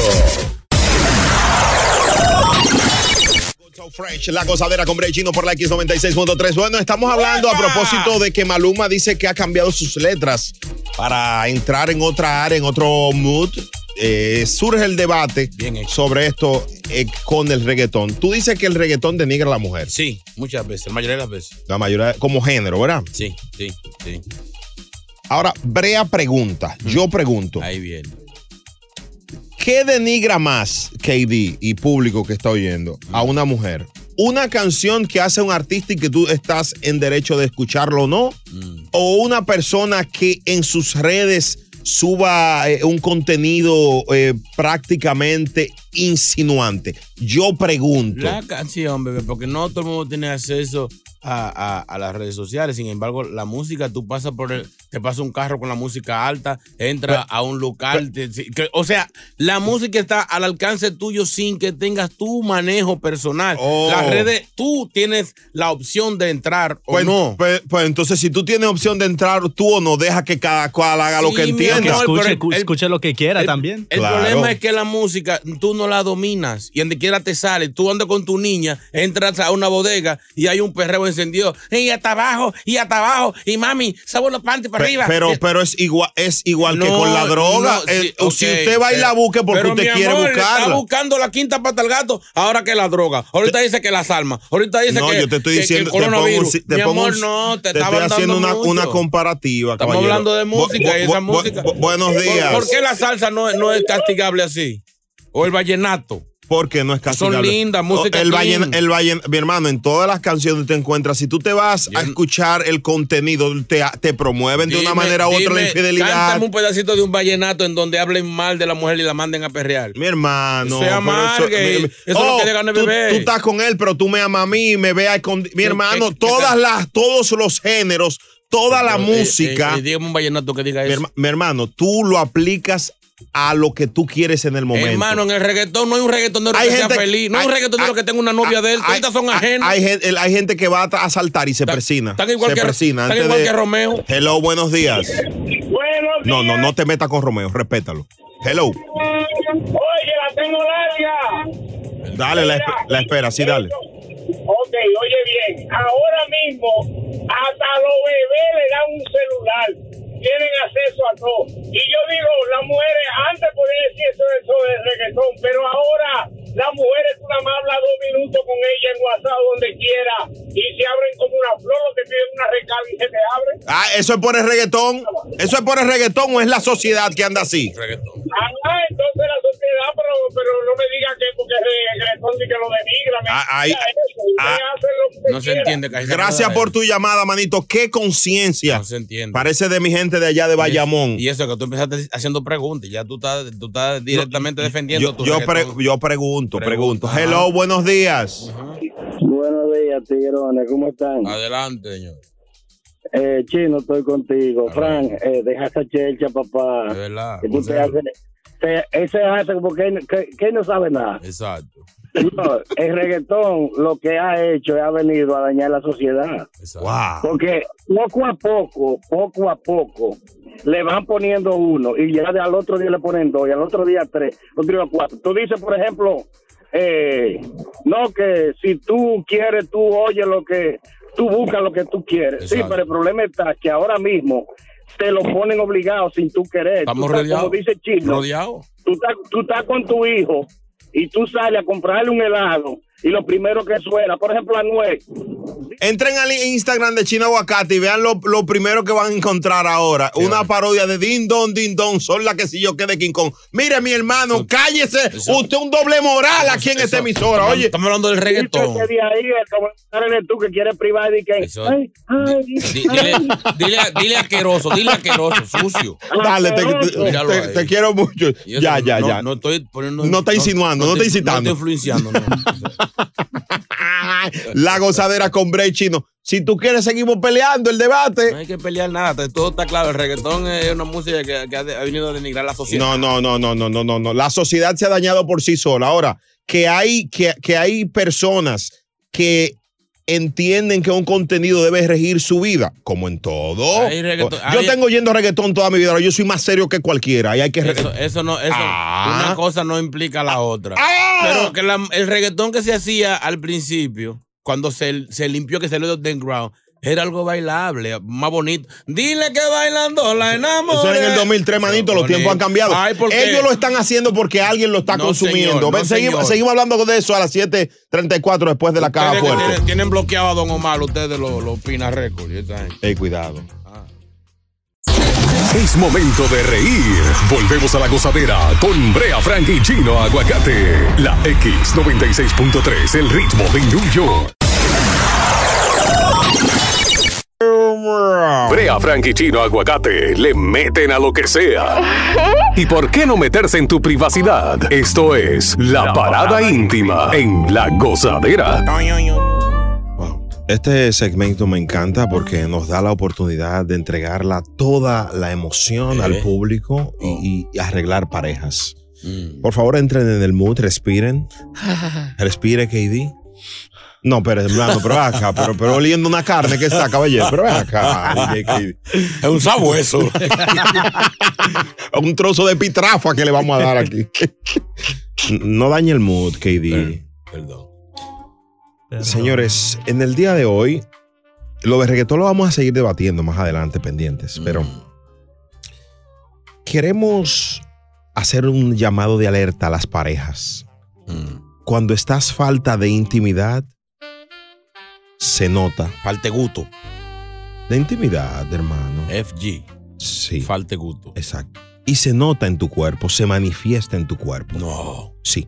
S2: Fresh, la gozadera con Bray Chino por la X96.3. Bueno, estamos hablando a propósito de que Maluma dice que ha cambiado sus letras para entrar en otra área, en otro mood. Eh, surge el debate sobre esto eh, con el reggaetón. Tú dices que el reggaetón denigra a la mujer.
S3: Sí, muchas veces, la mayoría de las veces.
S2: La mayoría, como género, ¿verdad?
S3: Sí, sí, sí.
S2: Ahora, Brea pregunta, yo pregunto,
S3: Mm. Ahí viene.
S2: ¿qué denigra más, KD, y público que está oyendo,
S3: Mm.
S2: a una mujer? ¿Una canción que hace un artista y que tú estás en derecho de escucharlo o no?
S3: Mm.
S2: o una persona que en sus redes suba eh, un contenido eh, prácticamente insinuante. Yo pregunto.
S3: La canción, bebé, porque no todo el mundo tiene acceso a, a- a las redes sociales. Sin embargo, la música, tú pasas por el, te pasa un carro con la música alta, entra a un local. te- si- que- o sea, la música está al alcance tuyo sin que tengas tu manejo personal. Las redes, tú tienes la opción de entrar o
S2: Pues,
S3: no.
S2: pues- pues entonces, si tú tienes opción de entrar tú o no, deja que cada cual haga lo
S3: Sí,
S2: que
S3: mi
S2: entienda.
S3: amor, pero el-
S4: Escuche,
S3: el-
S4: escuche lo que quiera también.
S3: El problema es que la música tú no la dominas y donde quiera te sale. Tú andas con tu niña, entras a una bodega y hay un perreo encendido. Y hasta abajo, y hasta abajo. Y mami, sabor los panties para
S2: Pe-
S3: arriba.
S2: Pero,
S3: Eh,
S2: pero es igual, es igual que
S3: no,
S2: con la droga.
S3: no, sí,
S2: Eh, o Si
S3: ok,
S2: usted va y la
S3: pero-
S2: busque porque
S3: pero mi
S2: usted quiere
S3: amor, le Está
S2: buscarla.
S3: buscando la quinta pata al gato ahora que la droga. Ahorita dice que las almas. Ahorita dice
S2: No,
S3: que.
S2: yo te estoy
S3: que- que
S2: diciendo,
S3: el
S2: te pongo, un-
S3: coronavirus.
S2: si- te
S3: mi
S2: pongo un-
S3: amor, no, te,
S2: te
S3: estaba
S2: estoy haciendo una, una comparativa.
S3: Estamos
S2: caballero.
S3: hablando de
S2: Bu-
S3: música y
S2: bu-
S3: esa
S2: bu-
S3: música.
S2: bu- buenos
S3: ¿Por-
S2: días.
S3: ¿Por, qué la salsa no, no es castigable así? O el vallenato.
S2: Porque no es castigable.
S3: Son lindas, música
S2: Oh, El
S3: clean.
S2: vallen, el vallen, mi hermano, en todas las canciones te encuentras. Si tú te vas a escuchar el contenido, te, te promueven de una
S3: Dime-
S2: manera u otra la
S3: dime,
S2: infidelidad.
S3: Cántame un pedacito de un vallenato en donde hablen mal de la mujer y la manden a perrear.
S2: Mi hermano.
S3: Se
S2: pero
S3: amargue.
S2: mi-
S3: Eso,
S2: mi-
S3: es lo
S2: Oh,
S3: que le gana el
S2: tú,
S3: bebé.
S2: tú estás con él, pero tú me amas a mí, me veas con. Mi hermano, todas las, todos los géneros, toda la
S3: Pero, eh,
S2: música.
S3: eh, eh, dígame un vallenato que diga
S2: mi,
S3: eso.
S2: herma- mi hermano, tú lo aplicas a lo que tú quieres en el momento.
S3: Hermano, en el reggaetón no hay un reggaetonero
S2: Hay
S3: que sea
S2: gente-
S3: feliz. No hay, un
S2: hay-
S3: reggaetonero que tenga una novia de él.
S2: hay-
S3: Todas son
S2: hay-
S3: ajenas.
S2: Hay, gen- el- hay gente que va a saltar y se persina.
S3: están igual
S2: se
S3: que-
S2: persina
S3: están
S2: antes
S3: igual
S2: de-
S3: que Romeo.
S2: Hello, buenos días. No, no, no te metas con Romeo, respétalo. Hello,
S15: Oye, la tengo larga.
S2: dale la, esp- la espera, sí, dale.
S15: Ok, oye bien. Ahora mismo, hasta los bebés le dan un celular. Tienen acceso a todo. Y yo digo, las mujeres, antes podían decir eso, eso de reggaetón, pero ahora las mujeres tú nada más hablas dos minutos con ella en WhatsApp, donde quiera, y se abren como una flor, o te piden una recarga y se te abren.
S2: Ah, eso es por el reggaetón. Eso es por el reggaetón o es la sociedad que anda así.
S15: Ah, entonces la sociedad, pero, pero no me digas que porque es reggaetón y que lo denigran.
S2: ahí-
S15: Mira eso, ustedes
S2: ah,
S15: hacen lo que
S3: No se entiende, Cajita.
S2: Gracias por tu llamada, manito. Qué conciencia. Parece de mi gente de allá de Bayamón.
S3: Y eso que tú empezaste haciendo preguntas. Ya tú estás, tú estás directamente defendiendo
S2: Yo,
S3: tu
S2: yo pre-
S3: reggaetón.
S2: yo pregunto, pregunto. Hello, buenos días.
S16: Buenos días, tigrones, ¿cómo están?
S3: Adelante, señor.
S16: Eh, chino, estoy contigo. Fran, eh, deja esa chelcha, papá.
S3: De verdad,
S16: Que tú te
S3: consejo.
S16: haces- te- ese hace como que, que- que no sabe nada.
S3: Exacto.
S16: No, el reggaetón lo que ha hecho es ha venido a dañar la sociedad.
S3: Ah.
S16: Porque poco a poco, poco a poco, le van poniendo uno y ya de al otro día le ponen dos y al otro día tres, otro día cuatro. Tú dices, por ejemplo, eh, no que si tú quieres, tú oyes lo que, tú buscas lo que tú quieres. Sí, pero el problema está que ahora mismo te lo ponen obligado sin tú querer. Tú
S3: Estamos
S16: estás,
S3: rodeados.
S16: Como dice Chino,
S3: Rodeados.
S16: Tú estás, tú estás con tu hijo y tú sales a comprarle un helado y lo primero que suena, por ejemplo, Anuel,
S2: Entren al Instagram de Chino Aguacate y vean lo, lo primero que van a encontrar ahora. una parodia de Din Don, Din Don, son la que si yo quede King Kong. Mire, mi hermano, cállese. Usted un doble moral aquí en esta emisora. Oye.
S3: Estamos hablando del reggaetón.
S16: que de ahí el comentario eres tú que quieres privar y que... ay, ay,
S3: Di- Dile, dile, dile asqueroso, dile asqueroso, sucio.
S2: Dale, te, te-
S3: Míralo
S2: te-
S3: ahí.
S2: te quiero mucho.
S3: Y eso
S2: Ya, ya,
S3: no-
S2: ya.
S3: No estoy poniendo.
S2: No está insinuando, no,
S3: te-
S2: está incitando.
S3: No estoy influenciando.
S2: La gozadera con Bray Chino. Si tú quieres, seguimos peleando el debate.
S3: No hay que pelear nada, todo está claro. El reggaetón es una música que, que ha, de- ha venido a denigrar la sociedad.
S2: No, no, no, no, no, no, no, no. La sociedad se ha dañado por sí sola. Ahora, que hay, que, que hay personas que entienden que un contenido debe regir su vida, como en todo.
S3: Hay reggaetón-
S2: yo
S3: hay-
S2: tengo yendo reggaetón toda mi vida, ahora yo soy más serio que cualquiera y hay que...
S3: Eso, eso no, eso,
S2: Ah.
S3: una cosa no implica la otra. Pero que la- el reggaetón que se hacía al principio, cuando se, se limpió, que salió de Underground, era algo bailable, más bonito. Dile que bailando la enamoré.
S2: Eso era en el 2003, manito, los tiempos han cambiado.
S3: Ay, ¿por qué?
S2: Ellos lo están haciendo porque alguien lo está
S3: No,
S2: consumiendo.
S3: señor,
S2: Ven,
S3: no,
S2: seguimos,
S3: señor.
S2: seguimos hablando de eso a las 7.34 después de la caja
S3: Ustedes que
S2: fuerte.
S3: tienen, tienen bloqueado a Don Omar, ustedes los los Pina Records. y esa gente.
S2: Ey, cuidado.
S1: Es momento de reír. Volvemos a la gozadera con Brea Frank y Chino Aguacate. La X96.3, el ritmo de New York. Brea Frank y Chino Aguacate le meten a lo que sea. ¿Y por qué no meterse en tu privacidad? Esto es La Parada Íntima en La Gozadera.
S2: Este segmento me encanta porque nos da la oportunidad de entregarla toda la emoción
S3: Eh.
S2: al público
S3: Oh.
S2: y, y arreglar parejas.
S3: Mm.
S2: Por favor, entren en el mood, respiren. Respire, KD. No, pero hermano, pero ven acá, pero, pero oliendo una carne que está, caballero, pero ven acá. DJ KD.
S3: Es un sabueso.
S2: un trozo de pitrafa que le vamos a dar aquí. No dañe el mood, KD. Perdón. Señores, en el día de hoy, lo de reggaetón lo vamos a seguir debatiendo más adelante, pendientes, pero queremos hacer un llamado de alerta a las parejas. Cuando estás falta de intimidad, se nota.
S3: Falte gusto.
S2: De intimidad, hermano.
S3: FG.
S2: Sí.
S3: Falte gusto.
S2: Exacto. Y se nota en tu cuerpo, se manifiesta en tu cuerpo.
S3: No.
S2: Sí.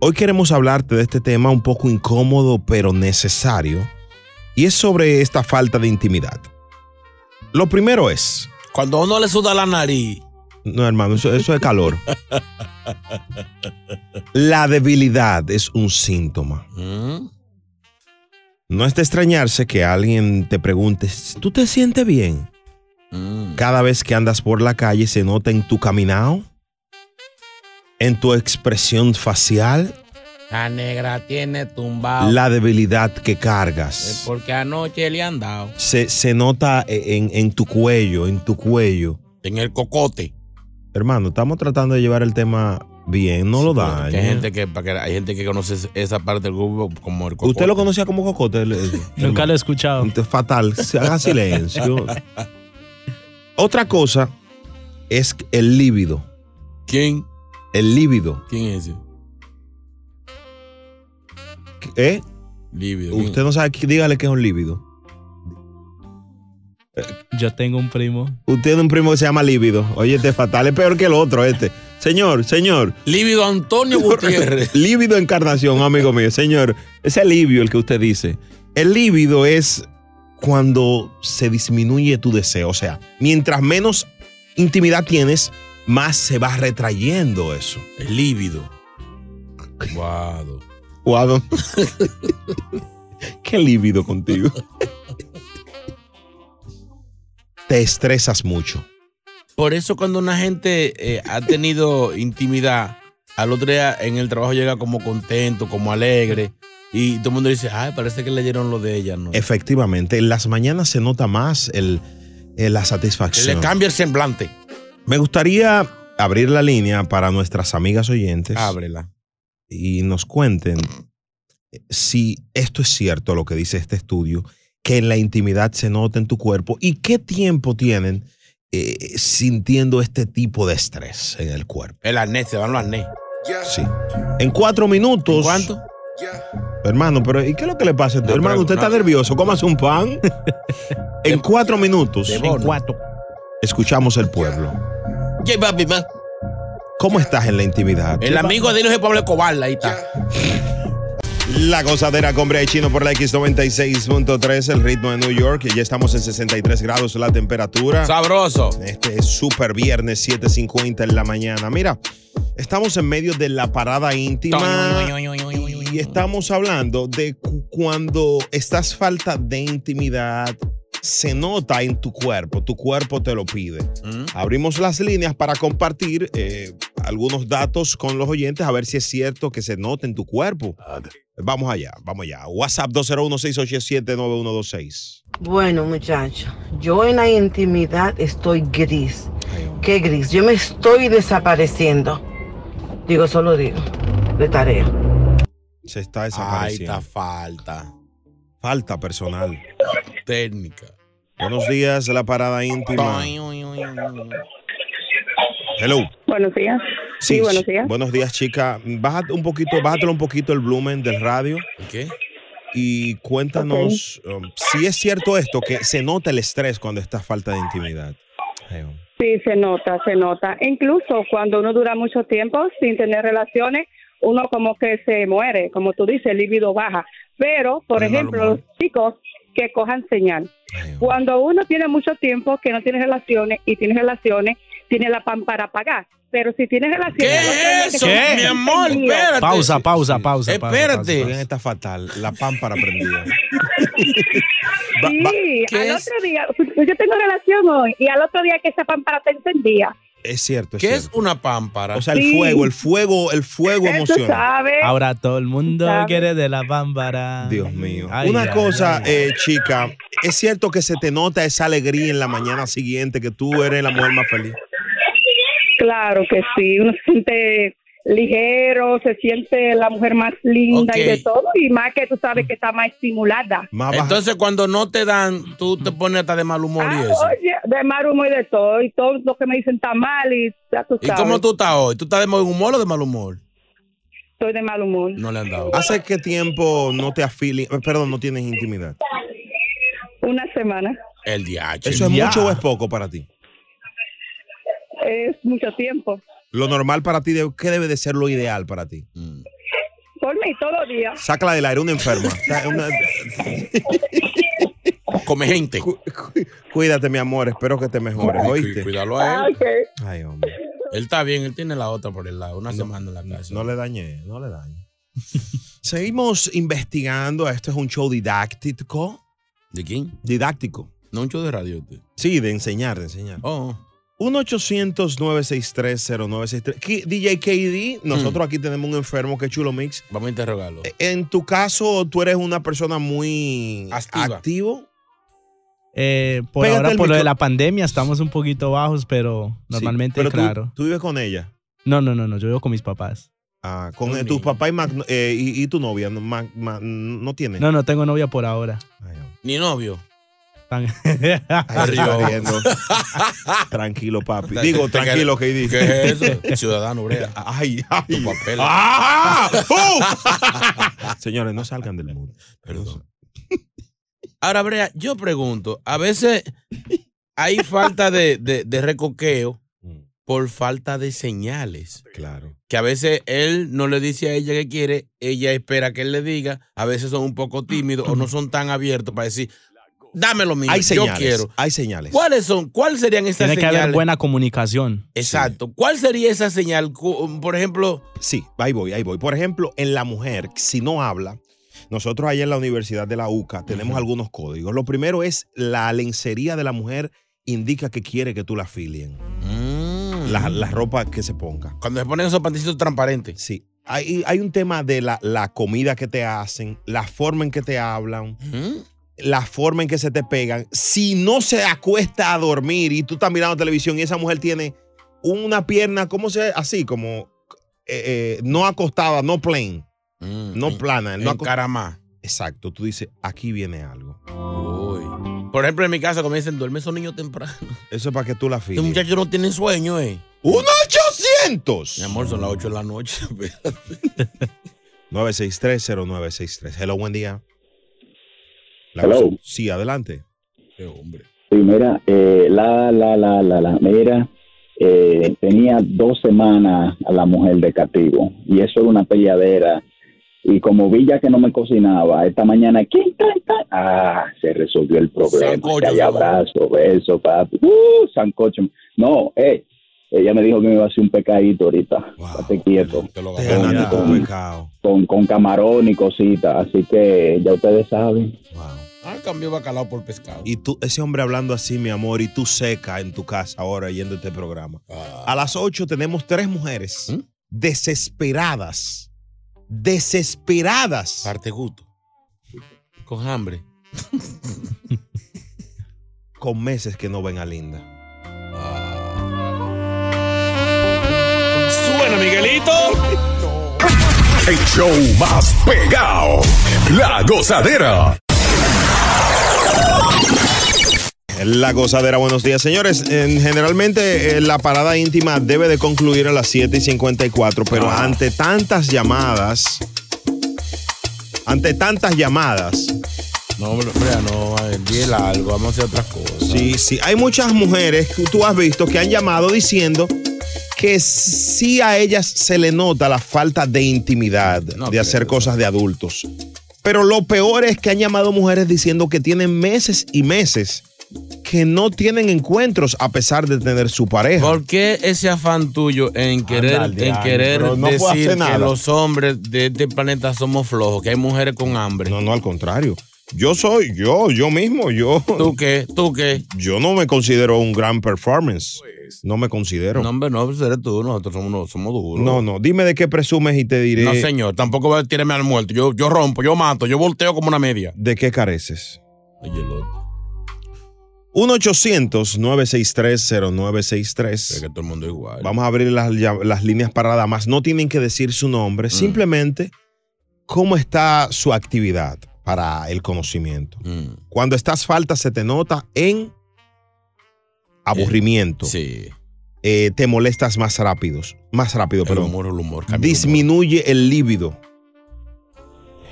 S2: Hoy queremos hablarte de este tema un poco incómodo, pero necesario. Y es sobre esta falta de intimidad. Lo primero es.
S3: Cuando a uno le suda la nariz.
S2: No, hermano, eso, eso es calor. La debilidad es un síntoma. No es de extrañarse que alguien te pregunte, ¿tú te sientes bien?
S3: Mm.
S2: Cada vez que andas por la calle se nota en tu caminado, en tu expresión facial,
S3: La negra tiene tumbado.
S2: la debilidad que cargas.
S3: Porque anoche le han dado.
S2: Se, se nota eh, en, en tu cuello, en tu cuello.
S3: En el cocote.
S2: Hermano, estamos tratando de llevar el tema bien, no lo da.
S3: Que hay, gente que, para que- hay gente que conoce esa parte del grupo como el cocote.
S2: ¿Usted lo conocía como cocote? el- el-
S4: Nunca lo he escuchado.
S2: Es fatal. Se haga silencio. Otra cosa es el líbido.
S3: ¿Quién?
S2: El líbido.
S3: ¿Quién es ese?
S2: ¿Eh?
S3: Líbido.
S2: Usted no sabe, qué- dígale que es un líbido.
S4: Yo tengo un primo.
S2: Usted tiene un primo que se llama líbido. Oye, este es fatal, es peor que el otro, este. Señor, señor.
S3: Líbido Antonio Gutiérrez.
S2: líbido encarnación, amigo mío. Señor, ese líbido el que usted dice. El líbido es cuando se disminuye tu deseo. O sea, mientras menos intimidad tienes, más se va retrayendo eso.
S3: El líbido. Guado.
S2: Guado. Qué líbido contigo. Te estresas mucho.
S3: Por eso cuando una gente eh, ha tenido intimidad, al otro día en el trabajo llega como contento, como alegre. Y todo el mundo dice, ay, parece que leyeron lo de ella, ¿no?
S2: Efectivamente, en las mañanas se nota más el, el- la
S3: Le
S2: satisfacción.
S3: cambia el semblante.
S2: Me gustaría abrir la línea para nuestras amigas oyentes.
S3: Ábrela.
S2: Y nos cuenten si esto es cierto, lo que dice este estudio, que en la intimidad se nota en tu cuerpo y qué tiempo tienen eh, sintiendo este tipo de estrés en el cuerpo.
S3: El arnés, se van los arnés.
S2: Sí. En cuatro minutos. ¿Cuánto? Hermano, pero ¿y qué es lo que le pasa a este?
S3: No,
S2: Hermano,
S3: pero-
S2: usted está
S3: no.
S2: nervioso. Cómase un pan. en cuatro minutos.
S3: de bono. En cuatro.
S2: Escuchamos el pueblo.
S3: ¿Qué, papi, ma?
S2: ¿Cómo estás en la intimidad?
S3: El amigo de Dios es Pablo Escobar, ahí está.
S2: La gozadera con Brea y Chino por la X96.3, el ritmo de New York. Y ya estamos en 63 grados la temperatura.
S3: Sabroso.
S2: Este es super viernes, 7.50 en la mañana. Mira, estamos en medio de la parada íntima. Y estamos hablando de cu- cuando estás falta de intimidad, se nota en tu cuerpo, tu cuerpo te lo pide. Abrimos las líneas para compartir eh, algunos datos con los oyentes, a ver si es cierto que se nota en tu cuerpo. Vamos allá, vamos allá. WhatsApp 201-687-9126.
S17: Bueno, muchachos, yo en la intimidad estoy gris. ¿Qué gris? Yo me estoy desapareciendo. Digo, solo digo, de tarea.
S2: Se está desapareciendo.
S3: Ay, está falta.
S2: Falta personal.
S3: Técnica.
S2: Buenos días, la parada íntima. Hello.
S18: Buenos días. Sí, buenos días.
S2: Buenos días, chica. Bájate un poquito, bájatelo un poquito el volumen del radio.
S3: ¿Qué?
S2: Y cuéntanos um, si es cierto esto, que se nota el estrés cuando está falta de intimidad.
S18: Sí, se nota, se nota. E Incluso cuando uno dura mucho tiempo sin tener relaciones, uno como que se muere, como tú dices, el líbido baja. Pero, por ejemplo, los chicos que cojan señal. Cuando uno tiene mucho tiempo que no tiene relaciones y tiene relaciones, tiene la pan para pagar. Pero si tiene relaciones... no
S3: es
S18: tiene que
S3: eso,
S18: ser
S3: mi amor?
S18: entendido.
S3: Espérate.
S4: Pausa, pausa, pausa.
S3: Espérate.
S2: Bien, está fatal. La pámpara prendida.
S18: Sí,
S2: ¿Qué
S18: al
S2: es?
S18: otro día, pues, yo tengo relación hoy y al otro día que esa pampara te encendía.
S2: Es cierto.
S3: ¿Qué es una pámpara?
S2: O sea, el fuego, el fuego, el fuego
S18: Tú
S2: emocional.
S18: sabes.
S4: Ahora todo el mundo
S18: ¿Sabes?
S4: quiere de la bámbara. Dios mío.
S2: Una cosa, eh, chica, ¿es cierto que se te nota esa alegría en la mañana siguiente, que tú eres la mujer más feliz?
S18: Claro que sí, uno se siente ligero, se siente la mujer más linda y
S3: Ok.
S18: de todo, y más que tú sabes que está más estimulada.
S3: Entonces, cuando no te dan, tú te pones hasta de mal humor y eso.
S18: Ah, Oye, de mal humor y de todo, y todos los que me dicen está mal, y ya tú
S3: ¿Y
S18: sabes,
S3: cómo tú estás hoy? ¿Tú estás de buen humor o de mal humor?
S18: estoy de mal humor.
S3: No le han dado.
S2: ¿Hace qué tiempo no te afili, eh, perdón, no tienes intimidad?
S18: Una semana,
S3: El DH.
S2: ¿Eso es
S3: Ya.
S2: mucho o es poco para ti?
S18: es mucho tiempo.
S2: Lo normal para ti, de- ¿qué debe de ser lo ideal para ti?
S18: Por mí, todos los días.
S2: Sácala del aire, una enferma. Sa- una-
S3: Come gente.
S2: Cuídate, mi amor, espero que te mejores, ¿oíste?
S3: Cuídalo a él.
S2: Ay, hombre.
S3: Él está bien, él tiene la otra por el lado, una semana en la casa.
S2: No le dañé, no le dañé. Seguimos investigando, esto es un show didáctico.
S3: ¿De quién?
S2: Didáctico.
S3: No un show de radio. este.
S2: Sí, de enseñar, de enseñar.
S3: Oh.
S2: 1-800-963-0963. Ki- DJ KD, nosotros aquí tenemos un enfermo que es Chulo Mix.
S3: Mm.
S2: E,
S3: Vamos a interrogarlo.
S2: En tu caso, tú eres una persona muy activo.
S4: Eh, por
S2: Pégate
S4: ahora,
S2: el
S4: por lo de
S2: micro-
S4: la pandemia, estamos un poquito bajos, pero normalmente,
S2: pero tú-
S4: claro.
S2: Tú, vives con ella.
S4: No, no, no, no, yo vivo con mis papás.
S2: Ah, con eh, tus papás y, Mac- eh, y, y tu novia. No, Mac- Ma- no tiene.
S4: No, no tengo novia por ahora.
S3: Ni novio.
S4: Tan-
S2: Ahí está riendo. tranquilo, papi. Digo,
S3: Te- te-
S2: tranquilo, KD.
S3: ¿Qué es eso? Ciudadano Brea.
S2: Ay, ay.
S3: Tu papel.
S2: ¡Ah! ¡Uh! Señores, no salgan del mundo.
S3: Perdón. Ahora, Brea, yo pregunto, a veces hay falta de, de- de recoqueo
S2: Mm.
S3: por falta de señales.
S2: Claro.
S3: Que a veces él no le dice a ella que quiere, ella espera que él le diga, a veces son un poco tímidos o no son tan abiertos para decir, dame lo mío,
S2: Hay
S3: yo
S2: señales.
S3: quiero.
S2: Hay señales.
S3: ¿Cuáles son? ¿Cuáles serían estas
S4: Tiene que
S3: señales?
S4: haber buena comunicación.
S3: Exacto. ¿Cuál sería esa señal? Cu- Por ejemplo,
S2: Sí, ahí voy, ahí voy. Por ejemplo, en la mujer, si no habla, nosotros allá en la Universidad de la UCA tenemos algunos códigos. Lo primero es la lencería de la mujer indica que quiere que tú la afilien. La, la ropa que se ponga.
S3: Cuando se ponen esos pantecitos transparentes.
S2: Sí. Hay, hay un tema de la, la comida que te hacen, la forma en que te hablan, la forma en que se te pegan. Si no se acuesta a dormir y tú estás mirando televisión y esa mujer tiene una pierna, ¿cómo se Así, como eh, eh, no acostada, no plain.
S3: Mm,
S2: no plana. No
S3: encaramá.
S2: Exacto. Tú dices, aquí viene algo.
S3: por ejemplo, en mi casa, como dicen, duerme esos niños temprano.
S2: Eso es para que tú la
S3: Los
S2: fijes.
S3: muchachos no tienen sueño, ¿eh?
S2: ¡Un 800!
S3: Mi amor, son las 8 de la noche.
S2: 9630963. Hello, buen día.
S19: Hello.
S2: cosa- Sí, adelante.
S19: Sí, mira, eh, la, la, la, la, la, mira, eh, tenía dos semanas a la mujer de castigo y eso era una peleadera. Y como vi ya que no me cocinaba, esta mañana, ¿quién tan, tan? Ah, se resolvió el problema.
S20: Sancocho,
S19: Que hay
S20: sabor.
S19: abrazo, beso, papi. Uh, sancocho. No, eh, ella me dijo que me iba a hacer un pecadito ahorita. Estate quieto. con, con, con camarón y cositas. Así que ya ustedes saben.
S3: Ah, cambió bacalao por pescado.
S2: Y tú, ese hombre hablando así, mi amor, y tú seca en tu casa ahora yendo este programa. A las 8 tenemos tres mujeres desesperadas. Desesperadas. Parte gusto. Con hambre. Con meses que no ven a Linda.
S3: Suena, Miguelito.
S1: El show más pegado. La gozadera.
S2: La gozadera, buenos días, señores. En- generalmente eh, la parada íntima debe de concluir a las 7 y 54, pero
S3: Ah.
S2: ante tantas llamadas, ante tantas llamadas.
S3: No, hombre, no, diela algo, vamos a hacer otras cosas.
S2: Sí, sí, hay muchas mujeres que tú has visto que han llamado diciendo que sí a ellas se le nota la falta de intimidad, de hacer cosas de adultos. Pero lo peor es que han llamado mujeres diciendo que tienen meses y meses que no tienen encuentros a pesar de tener su pareja.
S3: ¿Por qué ese afán tuyo en querer,
S2: al
S3: en
S2: diablo,
S3: querer
S2: pero no puedo hacer
S3: decir que
S2: nada?
S3: los hombres de este planeta somos flojos, que hay mujeres con hambre?
S2: No, no, al contrario. Yo soy yo, yo mismo, yo.
S3: ¿Tú qué? ¿Tú qué? Pues,
S2: Yo no me considero un gran performance. No me considero.
S3: No, hombre, no, pues eres tú, nosotros somos, no, somos duros.
S2: No, no, dime de qué presumes y te diré.
S3: No, señor, tampoco va a tirarme al muerto. Yo, yo rompo, yo mato, yo volteo como una media.
S2: ¿De qué careces? 1-800-963-0963.
S3: que todo el mundo igual.
S2: Vamos a abrir las, llam- las líneas para damas. No tienen que decir su
S3: Mm.
S2: nombre, simplemente cómo está su actividad para el conocimiento.
S3: Mm.
S2: Cuando estás falta, se te nota en aburrimiento.
S3: sí.
S2: Eh, te molestas más rápido. Más rápido, pero.
S3: humor, el humor.
S2: disminuye el líbido.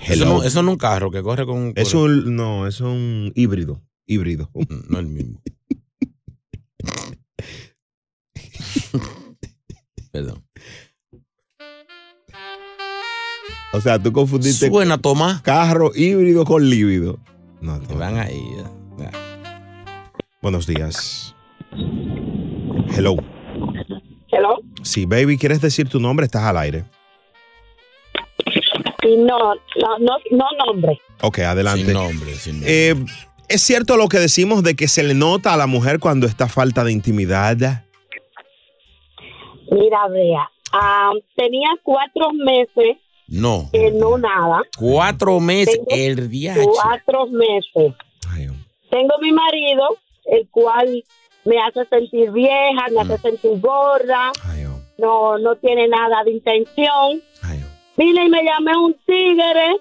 S3: Eso no, eso no es un carro que corre con un...
S2: Es un, no, es un híbrido. Híbrido.
S3: Mm, No el mismo. Perdón.
S2: O sea, tú confundiste.
S3: Suena, Tomás.
S2: Carro híbrido con líbido. No,
S3: Te van ahí.
S2: Buenos días. Hello.
S21: Hello.
S2: Sí, baby, ¿quieres decir tu nombre? Estás al aire.
S21: Y no, no, no, no nombre.
S2: Ok, adelante.
S3: Sin nombre, sin
S2: Eh, ¿Es cierto lo que decimos de que se le nota a la mujer cuando está falta de intimidad?
S21: Mira, Brea, ah, tenía cuatro meses
S3: No.
S21: que no nada.
S3: Cuatro meses. El día.
S21: Cuatro meses. Tengo mi marido, el cual me hace sentir vieja, me hace sentir gorda. No, no tiene nada de intención. Vine y me llamé un tigre.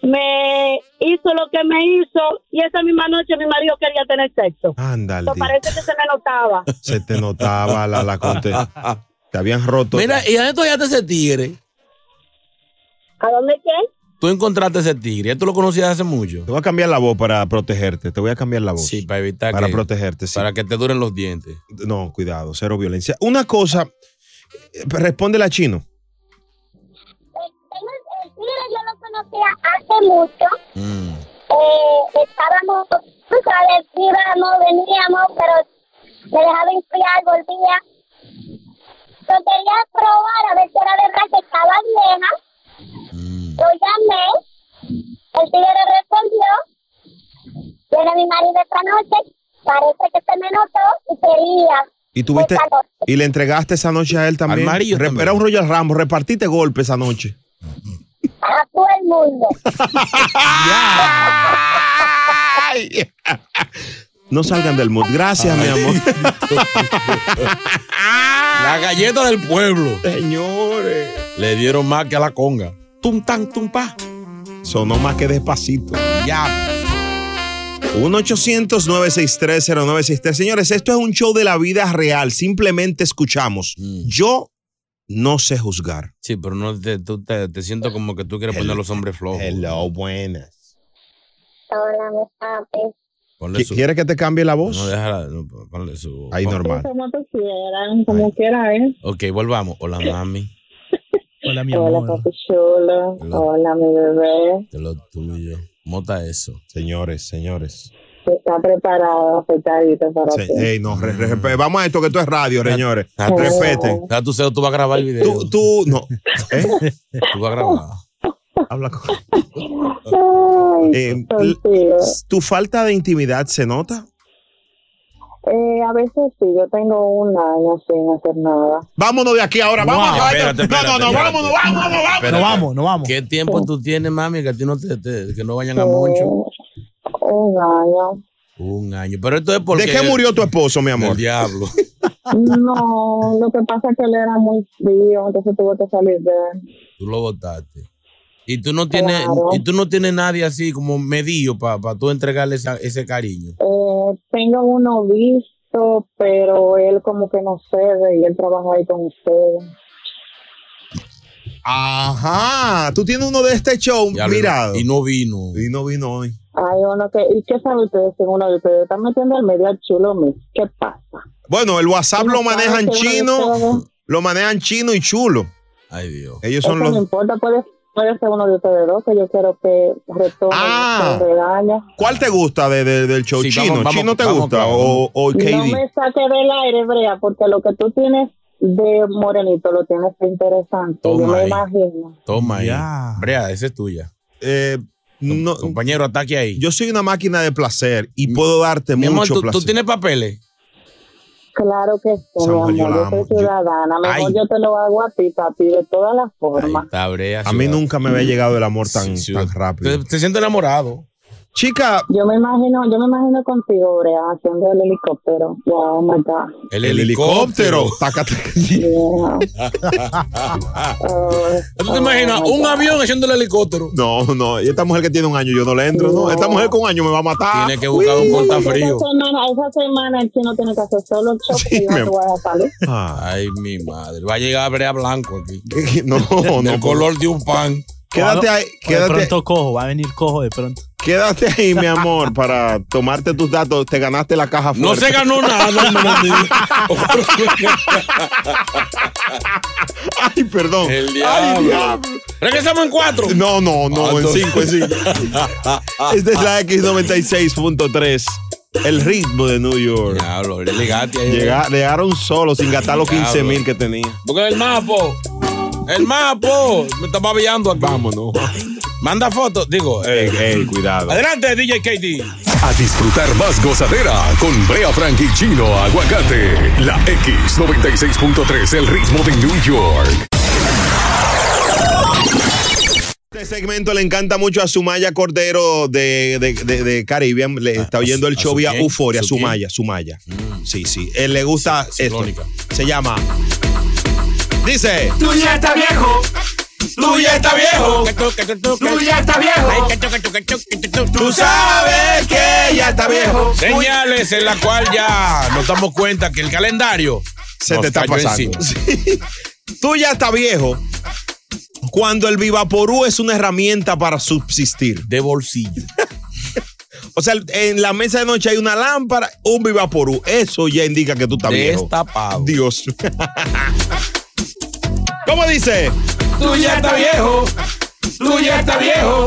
S21: Me hizo lo que me hizo y esa misma noche mi marido quería tener sexo.
S2: Ándale.
S21: So, parece que se me notaba.
S2: Se te notaba la, la conte- Te habían roto.
S3: Mira, ¿y dónde tú hallaste ese tigre?
S21: ¿A dónde qué?
S3: Tú encontraste ese tigre. Tú lo conocías hace mucho.
S2: Te voy a cambiar la voz para protegerte. Te voy a cambiar la voz.
S3: Sí, para evitar
S2: Para
S3: que-
S2: protegerte, sí.
S3: Para que te duren los dientes.
S2: No, cuidado, cero violencia. Una cosa, eh, responde la chino.
S22: Mira, yo lo conocía hace mucho. Eh, estábamos, tú sabes, íbamos, veníamos, pero me dejaba enfriar, volvía. Yo quería probar a ver si era verdad que estaba vieja. Lo llamé, el tigre respondió. Viene mi marido esta noche, parece que se me notó y quería.
S2: Y tuviste y le entregaste esa noche a él también. Re- Era un Royal Rambo, repartiste golpes esa noche.
S22: a todo el mundo.
S2: Ay. No salgan del mood. Gracias, mi amor.
S3: La galleta del pueblo.
S2: Señores.
S3: Le dieron más que a la conga. Tum, tan, tum, pa.
S2: Sonó más que despacito.
S3: Ya. Mm.
S2: 1-800-963-0963. Señores, esto es un show de la vida real. Simplemente escuchamos. Yo no sé juzgar.
S3: Sí, pero no te, tú te, te siento como que tú quieres poner a los hombres flojos.
S2: Hello, buenas.
S23: Hola, mi papi.
S3: Ponle su-
S2: ¿Quieres que te cambie la voz?
S3: No, déjala, no, ponle su.
S2: Ahí
S3: pon-
S2: normal.
S12: Como tú quieras, como quiera, ¿eh?
S3: Ok, volvamos. Hola, mami.
S12: Hola, mi amor. Hola, papi chulo. Hola, mi bebé.
S3: De lo tuyo. Mota eso.
S2: Señores, señores.
S12: Está preparado, afeitadito para ti.
S2: Ey, no, re- re-
S3: Mm.
S2: re- vamos a esto que esto es radio, señores. Respeten.
S3: Ya tú sabes, tú vas a grabar el video.
S2: Tú, tú, no. ¿Eh?
S3: Tú vas a grabar.
S2: Habla con.
S12: Ay,
S2: Eh,
S12: contigo.
S2: ¿Tu falta de intimidad se nota?
S12: Eh, a veces sí, yo tengo un año sin hacer nada.
S2: Vámonos de aquí ahora,
S12: vamos
S3: Wow. Espérate, espérate,
S12: no, no,
S3: espérate.
S12: vámonos, vámonos, vámonos.
S3: Espérate.
S12: No
S4: vamos, no vamos.
S3: ¿Qué tiempo tú tienes, mami? Que a ti no te, te- que no vayan a mucho.
S12: Un año.
S3: Un año. Pero esto es porque.
S2: ¿De qué murió tu esposo, mi amor?
S3: El diablo.
S12: No, lo que pasa es que él era muy frío, entonces tuve que salir de él.
S3: Tú lo votaste. Y tú no tienes,
S12: Claro.
S3: y tú no tienes nadie así como medido para tú entregarle esa- ese cariño.
S12: Eh, tengo uno visto, pero él como que no cede y él trabaja ahí con ustedes.
S2: Ajá, tú tienes uno de este show
S3: Diablo,
S2: mirado.
S3: Y no vino.
S2: Y no vino hoy.
S12: Hay uno que, ¿y qué sabe ustedes? Según uno de ustedes, están metiendo al medio al chulo mío. ¿Qué pasa?
S2: Bueno, el WhatsApp lo manejan
S12: sabe que uno de
S2: chino,
S12: ustedes-
S2: lo manejan chino y chulo.
S3: Ay, Dios.
S2: Ellos
S12: Eso
S2: son
S12: no
S2: los.
S12: importa, puede, puede ser uno de ustedes dos, que yo quiero que retome
S2: Ah.
S12: con regaño.
S2: ¿Cuál te gusta de, de- del show
S3: Sí,
S2: chino?
S3: vamos, vamos,
S2: ¿Chino te
S3: vamos,
S2: gusta?
S3: claro,
S2: o, o
S12: No
S2: KD?
S12: me saque del aire, Brea, porque lo que tú tienes de morenito lo tienes de interesante. yo
S3: Toma
S12: me
S3: ahí.
S12: imagino.
S3: Toma
S2: Ya.
S3: ahí. Brea, esa es tuya.
S2: Compañero,
S3: ataque ahí.
S2: Eh, Yo soy una máquina de placer y puedo darte
S3: Mi amor,
S2: mucho
S3: ¿tú,
S2: placer.
S3: tú tienes papeles?
S12: Claro que sí,
S2: Esa
S12: mi
S2: mujer
S12: amor.
S2: yo
S12: Yo,
S2: la amo.
S12: soy ciudadana. Mejor yo te lo hago a ti, papi, de todas las formas.
S2: A mí nunca me había llegado el amor tan, tan rápido.
S3: Mm. Te, te siento enamorado.
S2: Chica.
S12: Yo me imagino, yo me imagino contigo, Brea, haciendo el helicóptero. Wow, oh my God.
S3: El,
S2: helicóptero. Tácate.
S3: ¿Tú te imaginas
S12: Oh,
S3: un avión haciendo el helicóptero?
S2: No, no. Y esta mujer que tiene un año, yo no le entro. No. Esta mujer con un año me va a matar.
S3: Tiene que buscar un
S12: Esa semana, esa semana el chino tiene que hacer solo el choque y no
S3: mi
S12: te voy a dejar salir.
S3: Ay, mi madre. Va a llegar Brea blanco aquí.
S2: Ah. No, no.
S3: El color de un pan.
S2: Quédate ahí,
S4: O De
S2: quédate-
S4: pronto cojo, va a venir cojo de pronto.
S2: Quédate ahí, mi amor, para tomarte tus datos. Te ganaste la caja fuerte.
S4: No se ganó nada, no me
S2: Ay, perdón.
S3: El
S2: Ay,
S3: diablo.
S2: diablo.
S3: Regresamos en cuatro. Ah,
S2: No, no, no, en cinco, en cinco. Esta es la X96.3. El ritmo de New York.
S3: Diablo, le ligaste ahí.
S2: Llega- llegaron solo sin gastar los 15 mil que tenía.
S3: Porque el mapo. El mapo. Me está babeando aquí.
S2: Vámonos.
S3: Manda fotos. Digo. eh,
S2: Ey, ey, cuidado.
S3: Adelante, DJ KD.
S1: A disfrutar más gozadera con Brea Frank y Chino Aguacate. La X96.3, el ritmo de New York.
S2: Este segmento le encanta mucho a Sumaya Cordero de, de, de- de Caribbean. Le está oyendo el
S1: Ah, a
S2: show
S1: su
S2: vía
S1: quién?
S2: Euforia.
S1: ¿Su quién? Mm.
S2: Sumaya, Sumaya. Sí, sí. Él le gusta esto. Se llama. Dice.
S6: Tú ya estás viejo. Tú ya estás viejo. Tú ya estás viejo. Tú sabes que ya está viejo.
S3: Señales en la cual ya nos damos cuenta que el calendario
S2: se
S3: nos
S2: te está
S3: cayó
S2: pasando.
S3: encima.
S2: Sí. Tú ya estás viejo. Cuando el Vivaporú es una herramienta para subsistir.
S3: De bolsillo.
S2: o sea, en la mesa de noche hay una lámpara, un Vivaporú. Eso ya indica que tú estás viejo.
S3: Destapado.
S2: Dios. ¿Cómo dice?
S6: Tú ya estás viejo. Tú ya estás viejo.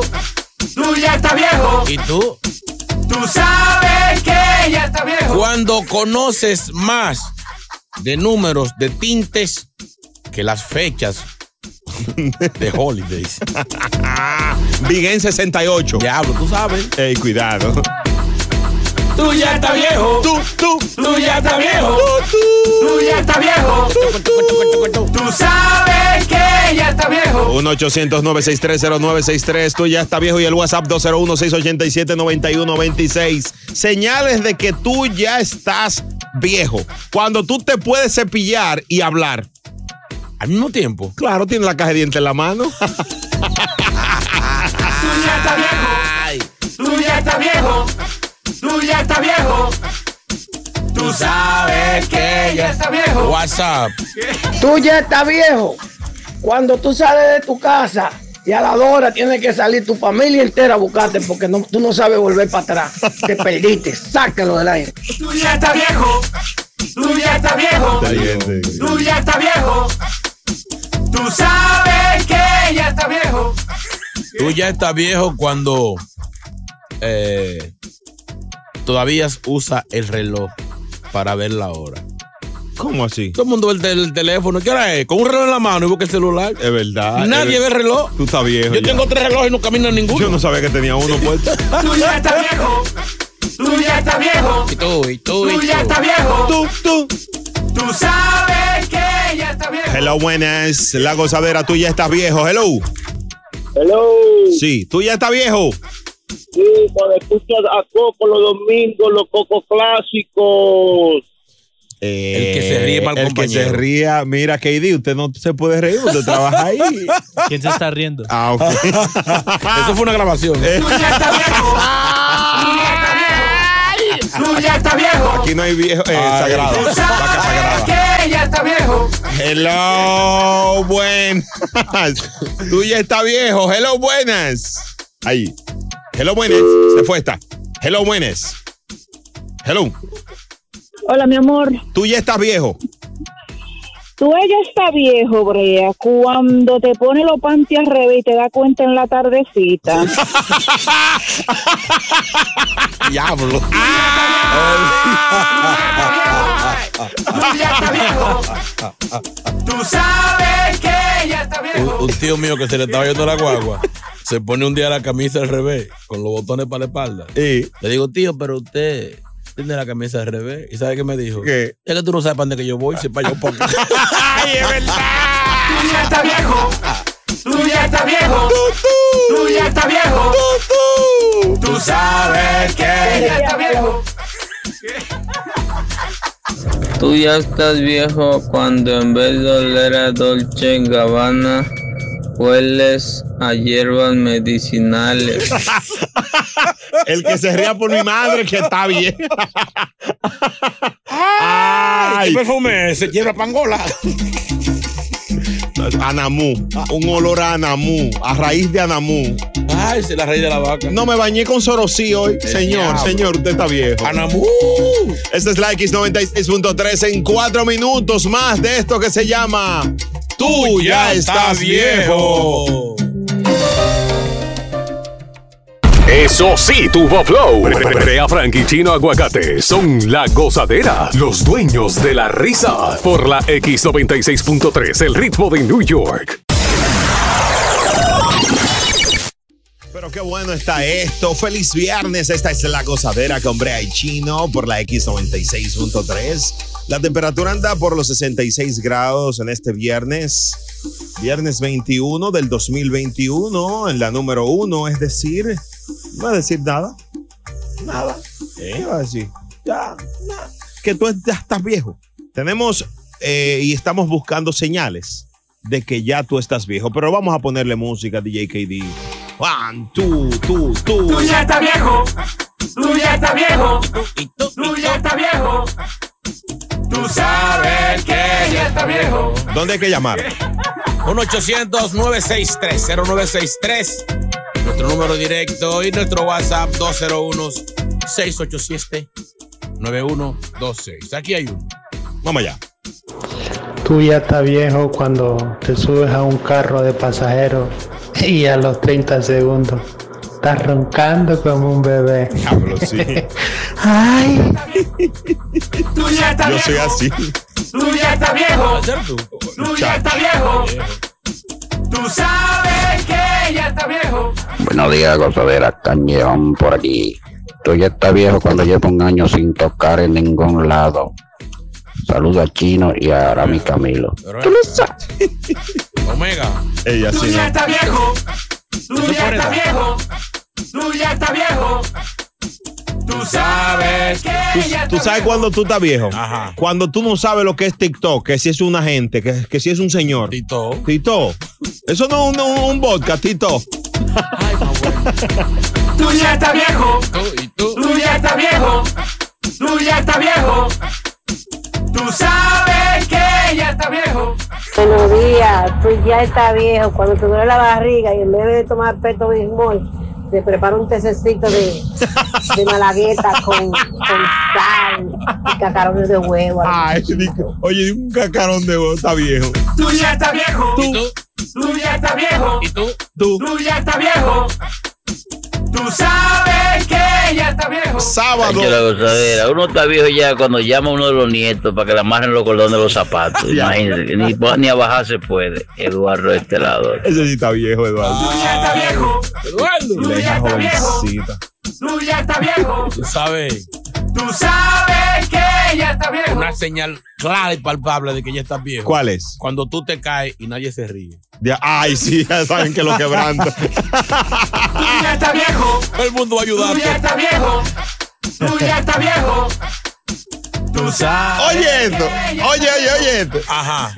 S6: Tú ya estás viejo.
S3: ¿Y tú?
S6: Tú sabes que ya estás viejo.
S3: Cuando conoces más de números de tintes que las fechas de holidays.
S2: Big en 68.
S3: Diablo, tú sabes.
S2: Ey, cuidado.
S6: Tú ya estás viejo.
S2: Tú, tú.
S6: Tú ya estás viejo. Tú, ya estás viejo. Tú sabes que ya estás viejo.
S2: 1 800 963 Tú ya está viejo y el WhatsApp 201-687-9126. Señales de que tú ya estás viejo. Cuando tú te puedes cepillar y hablar.
S3: ¿Al mismo tiempo?
S2: Claro, tiene la caja de dientes en la mano.
S6: Tú ya estás viejo. Tú ya estás viejo. Tú ya estás viejo. Tú
S3: Tú sabes que ya está viejo. WhatsApp.
S10: Tú ya estás viejo. Cuando tú sales de tu casa y a la hora tiene que salir tu familia entera a buscarte porque no, tú no sabes volver para atrás. Te perdiste. Sácalo del aire.
S6: Tú ya estás viejo. Tú ya estás viejo. Tú ya estás viejo. Tú sabes que ya estás viejo.
S3: Tú ya estás viejo cuando eh, todavía usa el reloj para ver la hora.
S2: ¿Cómo así?
S3: Todo el mundo ve el, tel- el teléfono. ¿Qué hora es? Con un reloj en la mano y busca el celular.
S2: Es verdad.
S3: Nadie
S2: es-
S3: ve el reloj.
S2: Tú estás viejo.
S3: Yo
S2: ya.
S3: tengo tres relojes y no camino en ninguno.
S2: Yo no sabía que tenía uno puesto.
S6: Tú ya estás viejo. Tú ya estás viejo.
S3: Y tú, y tú, y
S6: Tú ya
S3: tú.
S6: estás viejo.
S2: Tú, tú.
S6: Tú sabes que ya estás viejo.
S2: Hello, buenas. La gozadera, tú ya estás viejo. Hello.
S7: Hello.
S2: Sí, tú ya estás viejo.
S7: Sí, cuando escuchas a Coco los domingos, los Coco clásicos.
S2: el
S3: que se ríe mal
S2: Eh, El
S3: compañero.
S2: que se ría, mira, KD, usted no se puede reír, usted trabaja ahí.
S4: ¿Quién se está riendo?
S2: Ah, ok. Eso
S3: fue una grabación.
S2: Eh.
S6: Tú ya estás viejo.
S2: Aquí no hay viejo eh, sagrado.
S6: Tú sabes que ya estás viejo.
S2: Hello, buenas. Tú ya estás viejo. Hello, buenas. Ahí. Hello, buenas. Se fue esta. Hello, buenas. Hello.
S12: Hola, mi amor.
S2: Tú ya estás viejo.
S12: Tú ella está viejo, Brea, cuando te pone los panties al revés y te da cuenta en la tardecita.
S3: Diablo.
S6: Tú ya estás viejo. Tú sabes que ya estás viejo.
S3: Un, un tío mío que se le estaba yendo la guagua se pone un día la camisa al revés, con los botones para la espalda. Le digo, tío, pero usted tiene la camisa al revés. ¿Y sabe qué me dijo? ¿Qué? Es que tú no sabes para dónde que yo voy, si para yo poco.
S6: Tú ya estás viejo. Tú ya estás viejo. Tú ya estás viejo. Tú sabes que ya estás viejo.
S11: Tú ya estás viejo cuando en vez de oler a Dolce Gabbana hueles a hierbas medicinales.
S2: El que se ría por mi madre, que está viejo.
S3: ¡Ay! ¿Qué perfume Se quiebra pangola.
S2: Anamú. Un olor a Anamú. A raíz de Anamú.
S3: Ay, se la raíz de la vaca.
S2: No me bañé con Sorosí hoy.
S3: El
S2: Señor,
S3: diablo.
S2: señor, usted está viejo.
S3: Anamú.
S2: Este es la X96.3 en cuatro minutos más de esto que se llama Tú ya estás viejo.
S1: Eso sí, tuvo flow. Brea Frank y Chino Aguacate son la gozadera, los dueños de la risa. Por la X96.3, el ritmo de New York.
S2: Pero qué bueno está esto. Feliz viernes. Esta es la gozadera con Brea y Chino por la X96.3. La temperatura anda por los 66 grados en este viernes. Viernes 21 del 2021 en la número uno. Es decir, no voy a decir nada. Nada. ¿Qué va a decir? Ya, nada. Que tú ya estás viejo. Tenemos eh, y estamos buscando señales de que ya tú estás viejo. Pero vamos a ponerle música, DJ KD. One, two, two, two.
S6: Tú ya estás viejo. Tú ya estás viejo. Tú ya estás viejo. Tú sabes que ya estás viejo.
S2: ¿Dónde hay que llamar?
S3: 1-800-963-0963. Nuestro número directo y nuestro WhatsApp 201-687-9126. Aquí hay uno.
S2: Vamos allá.
S9: Tú ya estás viejo cuando te subes a un carro de pasajeros y a los 30 segundos estás roncando como un bebé.
S6: Ay. Tú ya estás
S2: Yo
S6: viejo.
S2: soy así.
S6: Tú ya estás viejo. Tú ya
S2: Chao.
S6: estás viejo. Tú sabes que ya estás viejo.
S20: Buenos días, gozadera, cañón por aquí. Tú ya estás viejo cuando llevo un año sin tocar en ningún lado. Saluda a Chino y a Arami Camilo.
S3: Omega.
S2: Ella
S6: Tú ya estás viejo. Tú ya estás viejo. Tú ya estás viejo. Tú sabes
S2: Tú,
S6: que ya
S2: tú
S6: estás
S2: sabes cuando tú estás viejo. Cuando tú no sabes lo que es TikTok, que si es una gente, que, que si es un señor.
S3: Tito.
S2: Tito. Eso no es un, un, un vodka, Tito.
S6: Tú ya estás viejo. Tú ya estás viejo. Tú ya estás viejo. Tú sabes que ya está viejo.
S24: Buenos días, tú ya está viejo. Cuando te duele la barriga y en vez de tomar peto bismol, te preparo un tececito de, de malagueta con, con sal y cacarones de huevo.
S2: Ah, ese dijo, Oye, un cacarón de huevo está viejo.
S6: Tú ya está viejo. Tú. Tú ya está viejo. ¿Y tú? Tú. ya está viejo. Tú sabes que ya está viejo.
S2: Sábado.
S25: Ay, que la gozadera. Uno está viejo ya cuando llama a uno de los nietos para que le amarren los cordones de los zapatos. Imagínense, que ni, ni a bajar se puede. Eduardo este lado.
S2: Ese sí está viejo, Eduardo.
S6: Tú ya está viejo.
S2: Eduardo.
S6: Tú ya está viejo. Tú ya está viejo.
S3: Tú sabes,
S6: Tú sabes que ya está viejo.
S3: una señal clara y palpable de que ya estás viejo.
S2: ¿Cuál es?
S3: Cuando tú te caes y nadie se ríe.
S2: Ya- ay, sí, ya saben que lo quebranta.
S6: Tú ya está viejo.
S3: Todo el mundo va a
S6: Tú ya
S3: ayudarte.
S6: está viejo. Tú ya está viejo. Tú sabes.
S2: Oye esto, oye, oye, oye esto.
S3: Ajá.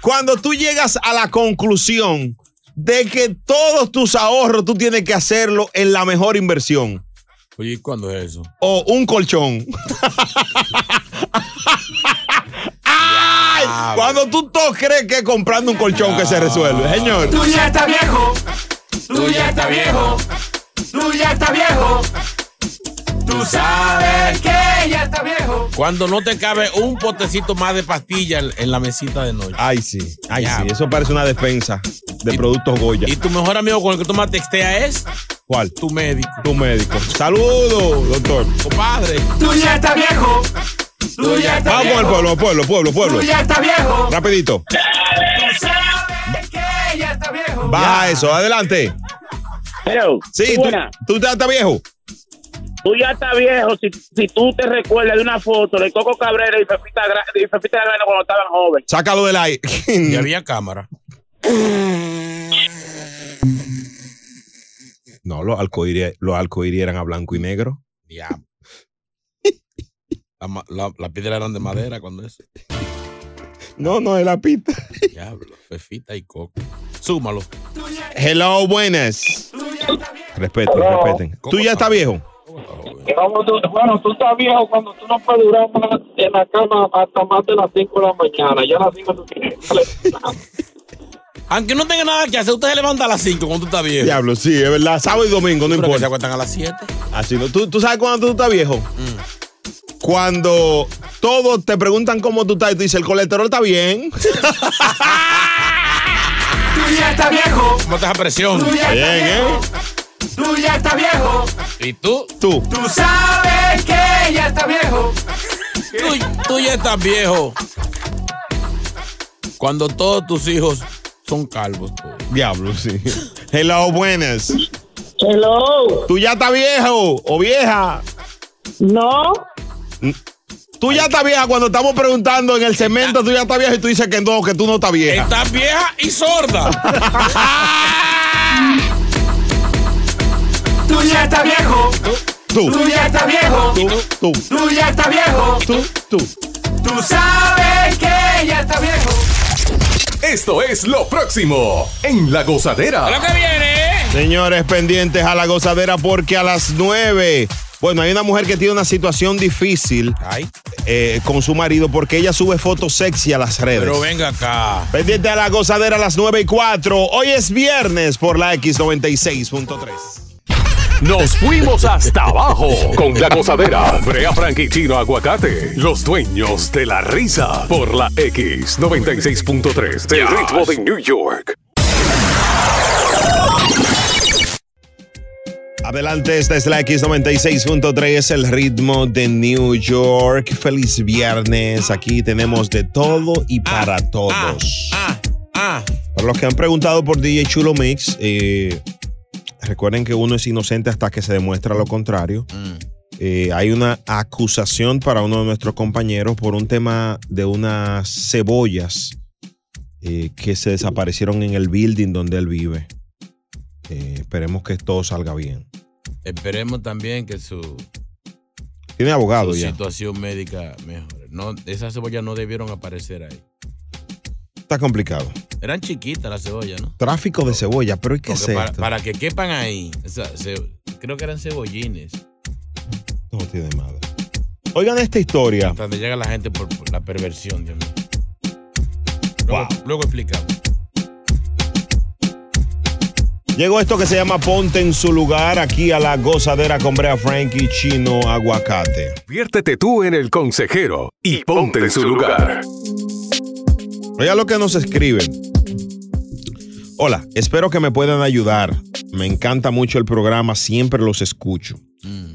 S2: Cuando tú llegas a la conclusión de que todos tus ahorros tú tienes que hacerlo en la mejor inversión.
S3: Oye, ¿y cuándo es eso?
S2: O un colchón. ¡Ay! Cuando tú todo crees que comprando un colchón que se resuelve, señor.
S6: Tú ya está viejo. Tú ya está viejo. Tú ya está viejo. Tú sabes que ya está viejo.
S3: Cuando no te cabe un potecito más de pastilla en, en la mesita de noche.
S2: Ay, sí. Ay, sí. Eso parece una despensa de productos Goya.
S3: ¿Y tu mejor amigo con el que tú más texteas es?
S2: ¿Cuál?
S3: Tu médico.
S2: Tu médico. Saludos, doctor.
S3: Compadre.
S6: Tú ya está viejo. Tú ya está
S2: Vamos con el
S6: viejo.
S2: pueblo, pueblo, pueblo, pueblo.
S6: Tú ya está viejo.
S2: Rapidito.
S6: Tú sabes que ya está viejo.
S2: Baja eso, adelante. sí, tú,
S6: buena.
S2: tú ya estás viejo.
S7: Tú ya estás viejo. Si, si tú te recuerdas de una foto de Coco Cabrera y Pepita, Gra- y Pepita Grande cuando estaban jóvenes.
S2: Sácalo del aire.
S3: Y había cámara.
S2: No, los alcohíris los alcohíris eran a blanco y negro.
S3: Ya. La, ma- la- la piedra eran de madera cuando es.
S2: No, no, es la pita.
S3: Diablo. Fefita y coco. Súmalo.
S2: Hello, buenas. Respeten, respeten. ¿Tú ya estás viejo?
S7: Vamos, tú- bueno, tú estás viejo cuando tú no puedes durar más en la cama hasta más de las 5 de la mañana. Ya a las 5 tú tienes que levantar.
S3: Aunque no tenga nada que hacer, usted se levanta a las 5 cuando tú estás viejo.
S2: Diablo, sí, es verdad. Sábado y domingo, no
S3: Pero que se
S2: importa.
S3: acuestan a las 7.
S2: Así no. ¿Tú, tú sabes cuándo tú estás viejo? Cuando todos te preguntan cómo tú estás y tú dices, el colesterol está bien.
S6: Tú ya está viejo.
S3: ¿Cómo estás a presión?
S6: Tú ya está viejo. Tú ya está viejo.
S3: ¿Y tú?
S2: ¿eh? Tú.
S6: Tú sabes que ya está viejo.
S3: Tú, tú ya estás viejo. Cuando todos tus hijos son calvos.
S2: Diablo, sí. Hello, buenas.
S7: Hello.
S2: ¿Tú ya estás viejo o vieja?
S7: No.
S2: Tú ya estás vieja cuando estamos preguntando en el cemento, tú ya estás viejo y tú dices que no, que tú no estás vieja.
S3: Estás vieja y sorda.
S6: Tú ya está viejo.
S2: Tú.
S6: Tú ya está viejo.
S2: Tú.
S6: Tú ya está viejo.
S2: Tú. Tú.
S6: Tú sabes que ya está viejo.
S1: Esto es lo próximo en La Gozadera.
S2: Señores, pendientes a la gozadera porque a las 9. Bueno, hay una mujer que tiene una situación difícil eh, con su marido porque ella sube fotos sexy a las redes.
S3: Pero venga acá.
S2: Pendiente a la gozadera a las 9 y 4. Hoy es viernes por la X96.3.
S1: Nos fuimos hasta abajo con la gozadera. Brea Frank y Chino Aguacate, los dueños de la risa por la X96.3 del ritmo de New York.
S2: Adelante, esta es la X96.3, el ritmo de New York. Feliz viernes. Aquí tenemos de todo y para todos. Para los que han preguntado por DJ Chulo Mix, eh, recuerden que uno es inocente hasta que se demuestra lo contrario. Eh, hay una acusación para uno de nuestros compañeros por un tema de unas cebollas eh, que se desaparecieron en el building donde él vive. Eh, esperemos que todo salga bien.
S3: Esperemos también que su,
S2: Tiene abogado
S3: su
S2: ya.
S3: situación médica mejore. No, esas cebollas no debieron aparecer ahí.
S2: Está complicado.
S3: Eran chiquitas las cebollas, ¿no?
S2: Tráfico de cebolla, pero ¿y qué
S3: Porque
S2: es
S3: para,
S2: esto?
S3: para que quepan ahí. o sea, ce- creo que eran cebollines.
S2: No tiene madre. Oigan esta historia.
S3: Hasta donde llega la gente por, por la perversión, Dios mío. Luego, luego explicamos.
S2: Llegó esto que se llama Ponte en su lugar aquí a la gozadera con Brea Frankie Chino Aguacate.
S1: Viértete tú en el consejero y ponte en su lugar.
S2: Oiga lo que nos escriben. Hola, espero que me puedan ayudar. Me encanta mucho el programa, siempre los escucho.
S3: Mm.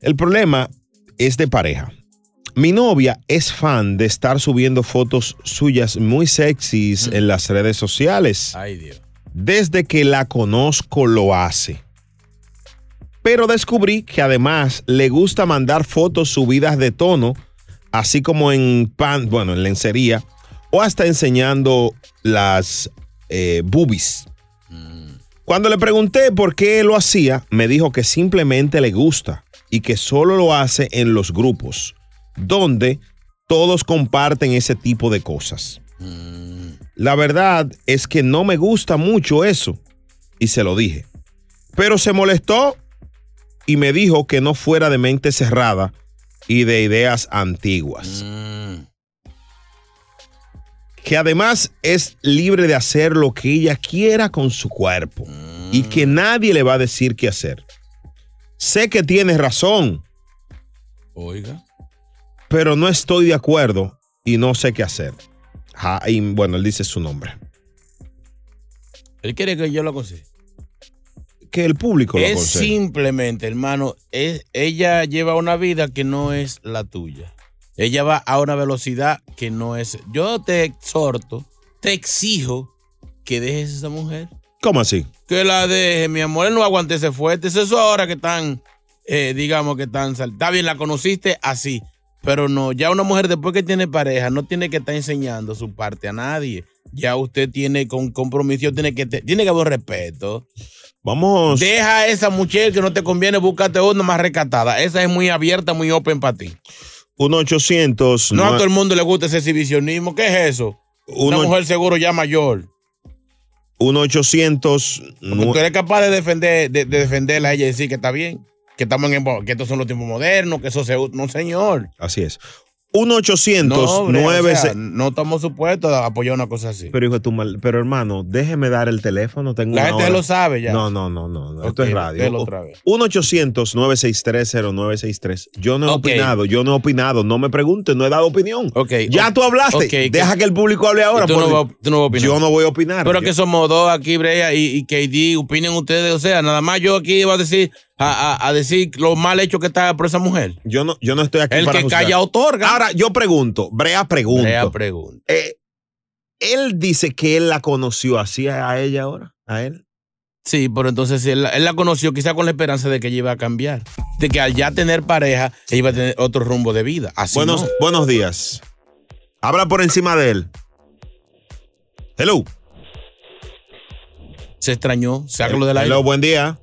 S2: El problema es de pareja. Mi novia es fan de estar subiendo fotos suyas muy sexys en las redes sociales.
S3: Mm. Ay, Dios.
S2: Desde que la conozco lo hace. Pero descubrí que además le gusta mandar fotos subidas de tono, así como en pan, bueno, en lencería, o hasta enseñando las eh, boobies. Cuando le pregunté por qué lo hacía, me dijo que simplemente le gusta y que solo lo hace en los grupos, donde todos comparten ese tipo de cosas. La verdad es que no me gusta mucho eso, y se lo dije. Pero se molestó y me dijo que no fuera de mente cerrada y de ideas antiguas.
S3: Mm.
S2: Que además es libre de hacer lo que ella quiera con su cuerpo
S3: Mm.
S2: y que nadie le va a decir qué hacer. Sé que tienes razón,
S3: Oiga.
S2: pero no estoy de acuerdo y no sé qué hacer. Ja- y bueno, él dice su nombre.
S3: Él quiere que yo lo aconseje.
S2: Que el público lo
S3: Es
S2: aconseje.
S3: simplemente, hermano, es, ella lleva una vida que no es la tuya. Ella va a una velocidad que no es. Yo te exhorto, te exijo que dejes a esa mujer.
S2: ¿Cómo así?
S3: Que la deje, mi amor. Él no aguante ese fuerte. Es eso ahora que están, eh, digamos que están. sal- Está bien, la conociste así. Pero no, ya una mujer después que tiene pareja no tiene que estar enseñando su parte a nadie. Ya usted tiene con compromiso, tiene que, te- tiene que haber respeto.
S2: Vamos.
S3: Deja a esa mujer que no te conviene, búscate una más recatada. Esa es muy abierta, muy open para ti.
S2: 1 800
S3: No a todo el mundo le gusta ese exhibicionismo. ¿Qué es eso? Una
S2: Uno-
S3: mujer seguro ya mayor.
S2: 1 800
S3: Porque tú eres capaz de defender, de, de defenderla a ella y decir que está bien, que estamos en que estos son los tiempos modernos, que eso se u- no señor.
S2: Así es. 1
S3: No,
S2: 800
S3: hombre,
S2: 9
S3: o sea, no estamos supuestos a apoyar una cosa así.
S2: Pero hijo de tu mal, pero hermano, déjeme dar el teléfono, tengo
S3: La
S2: una
S3: gente
S2: hora.
S3: lo sabe ya.
S2: No, no, no, no, no, esto es
S3: Ok,
S2: radio.
S3: delo otra vez.
S2: 1 800 963 0963. Yo no he
S3: Ok.
S2: opinado, yo no he opinado, no me preguntes, no he dado opinión.
S3: Okay.
S2: Ya tú hablaste,
S3: Ok, que-
S2: deja que el público hable ahora.
S3: Y tú no
S2: porque
S3: vas- tú no vas a opinar.
S2: Yo no voy a opinar.
S3: Pero
S2: Yo-
S3: que somos dos aquí, Brea y, y KD, opinen ustedes. O sea, nada más yo aquí iba a decir, a, a- a decir lo mal hecho que está por esa mujer.
S2: Yo no, yo no estoy aquí
S3: El
S2: para
S3: que
S2: juzgar.
S3: calla otorga.
S2: Ahora, yo pregunto, Brea pregunto.
S3: Brea pregunta.
S2: Eh, él dice que él la conoció así a ella ahora, a él.
S3: Sí, pero entonces él, la- él la conoció quizá con la esperanza de que ella iba a cambiar. De que al ya tener pareja, ella iba a tener otro rumbo de vida. Así
S2: buenos,
S3: no.
S2: buenos días. Habla por encima de él. Hello.
S3: Se extrañó. Sácalo del aire.
S2: Hello, buen día.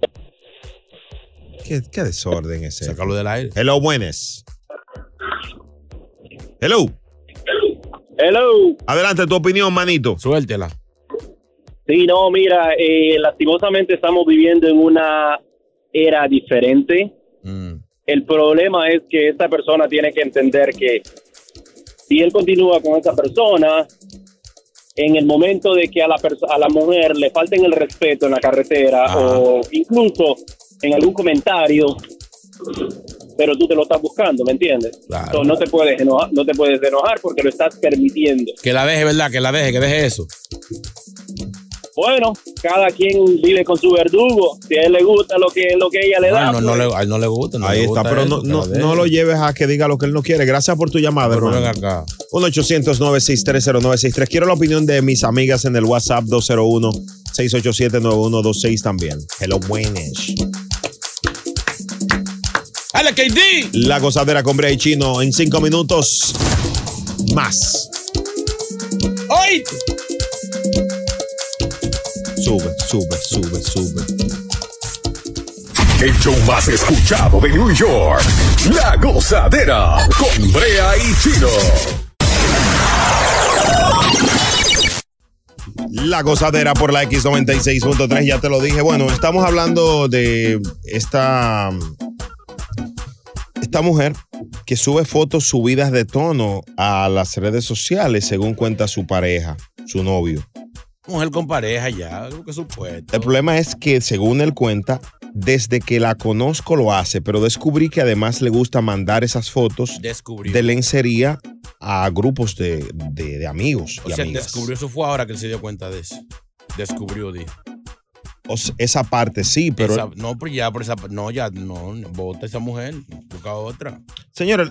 S2: Qué, qué desorden ese. Sácalo
S3: del aire.
S2: Hello, buenas. Hello.
S8: Hello.
S2: Adelante, tu opinión, manito.
S3: Suéltela.
S8: Sí, no, mira, eh, lastimosamente estamos viviendo en una era diferente. El problema es que esta persona tiene que entender que si él continúa con esa persona, en el momento de que a la, perso- a la mujer le falten el respeto en la carretera o incluso en algún comentario, pero tú te lo estás buscando, ¿me entiendes? So, no, te puedes enojar, no te puedes enojar porque lo estás permitiendo.
S3: Que la deje, ¿verdad? Que la deje, que deje eso.
S8: Bueno, cada quien vive con su verdugo. Si a él le gusta lo que, lo que ella le da.
S3: Ah,
S8: pues,
S3: No, no, le, a él no le gusta. No
S2: Ahí
S3: le
S2: está,
S3: gusta
S2: pero
S3: eso,
S2: no,
S3: que
S2: no-
S3: la deje.
S2: no lo lleves a que diga lo que él no quiere. Gracias por tu llamada, hermano.
S3: ven acá.
S2: 1-800-963-0963. Quiero la opinión de mis amigas en el WhatsApp 201-687-9126 también. Hello, buenas.
S3: ¡Hala, KD!
S2: La gozadera con Brea y Chino en cinco minutos más.
S3: ¡Ay!
S2: Sube, sube, sube, sube.
S1: El show más escuchado de New York. La gozadera con Brea y Chino.
S2: La gozadera por la X96.3, ya te lo dije. Bueno, estamos hablando de esta, esta mujer que sube fotos subidas de tono a las redes sociales, según cuenta su pareja, su novio.
S3: Mujer con pareja ya, creo que supuesto.
S2: El problema es que, según él cuenta, desde que la conozco lo hace, pero descubrí que además le gusta mandar esas fotos
S3: Descubrió.
S2: de lencería a grupos de, de- de amigos
S3: O
S2: y
S3: sea,
S2: amigas.
S3: descubrió eso fue ahora que él se dio cuenta de eso. Descubrió, dijo.
S2: O sea, esa parte sí, pero...
S3: Esa- no, pero ya, por esa, no, ya, no, vota esa mujer, busca otra.
S2: Señores,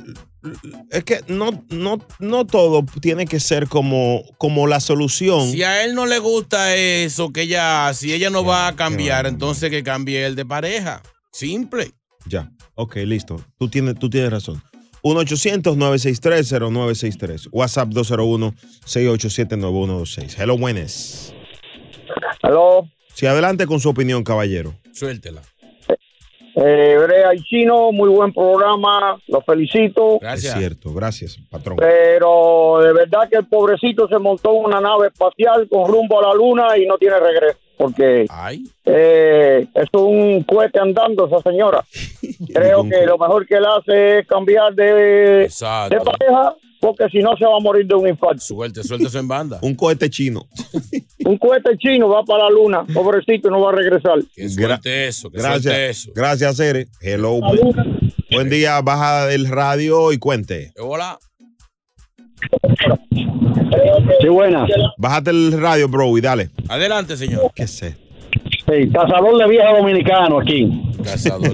S2: es que no, no, no todo tiene que ser como, como la solución.
S3: Si a él no le gusta eso, que ella, si ella no va a cambiar, entonces que cambie él de pareja. Simple.
S2: Ya, ok, listo. Tú tienes, tú tienes razón. 1-800-963-0963. WhatsApp 201-687-9126. Hello, buenas.
S8: Hello.
S2: Sí, adelante con su opinión, caballero.
S3: Suéltela.
S8: Eh, Brea y Chino, muy buen programa, los felicito.
S2: Es cierto, gracias, patrón.
S8: Pero de verdad que el pobrecito se montó en una nave espacial con rumbo a la luna y no tiene regreso. Porque eh, es un cohete andando esa señora. Creo que lo mejor que él hace es cambiar de, de pareja porque si no se va a morir de un infarto.
S3: Suelte, suelte eso en banda.
S2: Un cohete chino.
S8: un cohete chino va para la luna, pobrecito, no va a regresar.
S3: Suelte eso, que
S2: Gracias.
S3: suelte eso.
S2: Gracias, Ere. Hello. Buen, buen día, baja del radio y cuente.
S3: Hola.
S8: Sí, buenas.
S2: Bájate el radio, bro, y dale.
S3: Adelante, señor.
S2: ¿Qué sé?
S8: Sí, cazador de vieja dominicano aquí.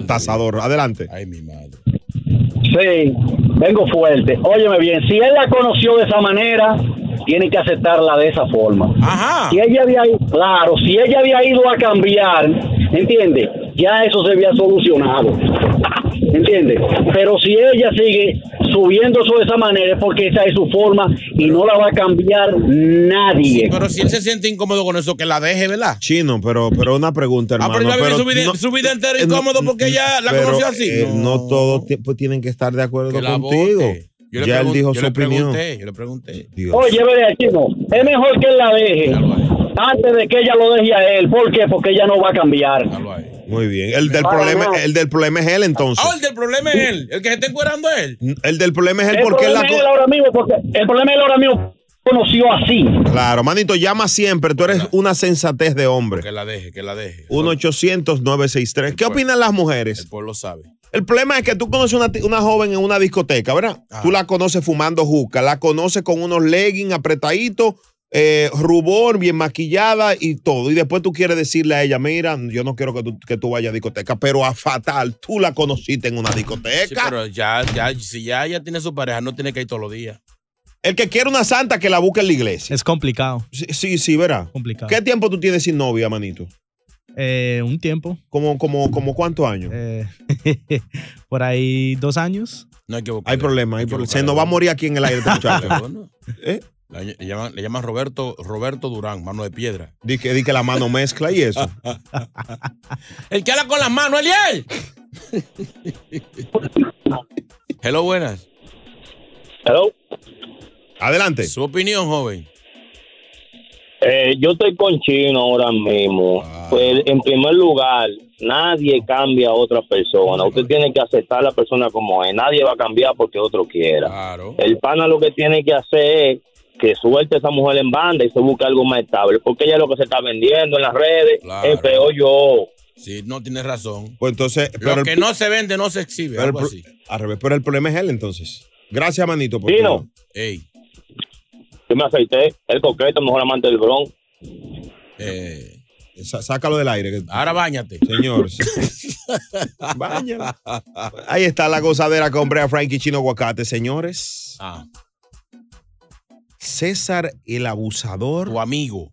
S3: Cazador.
S2: adelante.
S8: Sí, vengo fuerte. Óyeme bien, si él la conoció de esa manera, tiene que aceptarla de esa forma.
S3: Ajá.
S8: Si ella había ido, claro, si ella había ido a cambiar, ¿entiende? Ya eso se había solucionado. ¿Entiende? Pero si ella sigue subiendo eso de esa manera es porque esa es su forma y no la va a cambiar nadie.
S3: Pero si él se siente incómodo con eso, que la deje, ¿verdad? Ah,
S2: Chino, pero, pero una pregunta, hermano.
S3: pero ya viene
S2: pero
S3: su vida-
S2: no-
S3: su vida entera
S2: eh, no-
S3: incómodo porque ella la
S2: pero,
S3: conoció así.
S2: eh, no. todos ti- pues, tienen que estar de acuerdo
S3: Que la
S2: contigo.
S3: vote. Yo le
S2: Ya él
S3: pregun-
S2: dijo
S3: yo
S2: su
S3: le
S2: opinión.
S3: Pregunté, yo le pregunté.
S8: Oye, veré, chino, es mejor que él la deje antes de que ella lo deje a él. ¿Por qué? Porque ella no va a cambiar.
S2: Muy bien. El del,
S8: Para
S2: problema,
S8: nada.
S2: el del problema es él, entonces.
S3: Ah, el del problema es él. El que se está encuerando es él.
S2: El del problema es él
S8: El
S2: porque él la.
S8: problema es él ahora mismo, porque el problema es él ahora mismo conoció así.
S2: Claro, manito, llama siempre. Tú eres una sensatez de hombre.
S3: Que la deje, que la deje.
S2: 1-800-963. ¿Qué opinan las mujeres?
S3: El pueblo sabe.
S2: El problema es que tú conoces una, ti- una joven en una discoteca, ¿verdad? Tú la conoces fumando juca, la conoces con unos leggings apretaditos, eh, rubor, bien maquillada y todo. Y después tú quieres decirle a ella, mira, yo no quiero que tú, que tú vayas a discoteca, pero a fatal, tú la conociste en una discoteca.
S3: Sí, pero ya, ya, si ya ella tiene su pareja, no tiene que ir todos los días.
S2: El que quiere una santa que la busque en la iglesia.
S4: Es complicado.
S2: Sí, sí, sí verá.
S4: Complicado.
S2: ¿Qué tiempo tú tienes sin novia, manito?
S4: Eh, un tiempo.
S2: ¿Como, como, como cuántos años?
S4: Eh, por ahí dos años.
S3: No hay que buscar.
S2: Hay problema, hay problema. Se nos va a morir aquí en el aire este muchacho.
S3: La- Le llaman, le llaman Roberto, Roberto Durán, mano de piedra.
S2: Di que, di que la mano mezcla y eso.
S3: El que habla con las manos, Eliel. Hello, buenas.
S26: Hello.
S2: Adelante.
S3: Su opinión, joven.
S26: Eh, yo estoy con Chino ahora mismo.
S2: Ah.
S26: Pues, en primer lugar, nadie cambia a otra persona. Usted tiene que aceptar a la persona como es. Nadie va a cambiar porque otro quiera. El pana lo que tiene que hacer es que suelte a esa mujer en banda y se busque algo más estable. Porque ella lo que se está vendiendo en las redes es peor yo.
S3: Sí, no tienes razón.
S2: Pues entonces.
S3: Lo
S2: el-
S3: que no se vende no se exhibe.
S2: pero el
S3: Algo
S2: pro-
S3: así.
S2: al revés, pero el problema es él entonces. Gracias, manito. Por
S26: Chino.
S2: todo.
S3: Ey.
S26: Yo me aceité. El coqueto, mejor amante del bron.
S2: Sa- Sácalo del aire. que-
S3: Ahora bañate.
S2: Señor. Bañala. Ahí está la gozadera con Brea Frankie Chino Aguacate, señores.
S3: Ah.
S2: César el abusador.
S3: Tu amigo.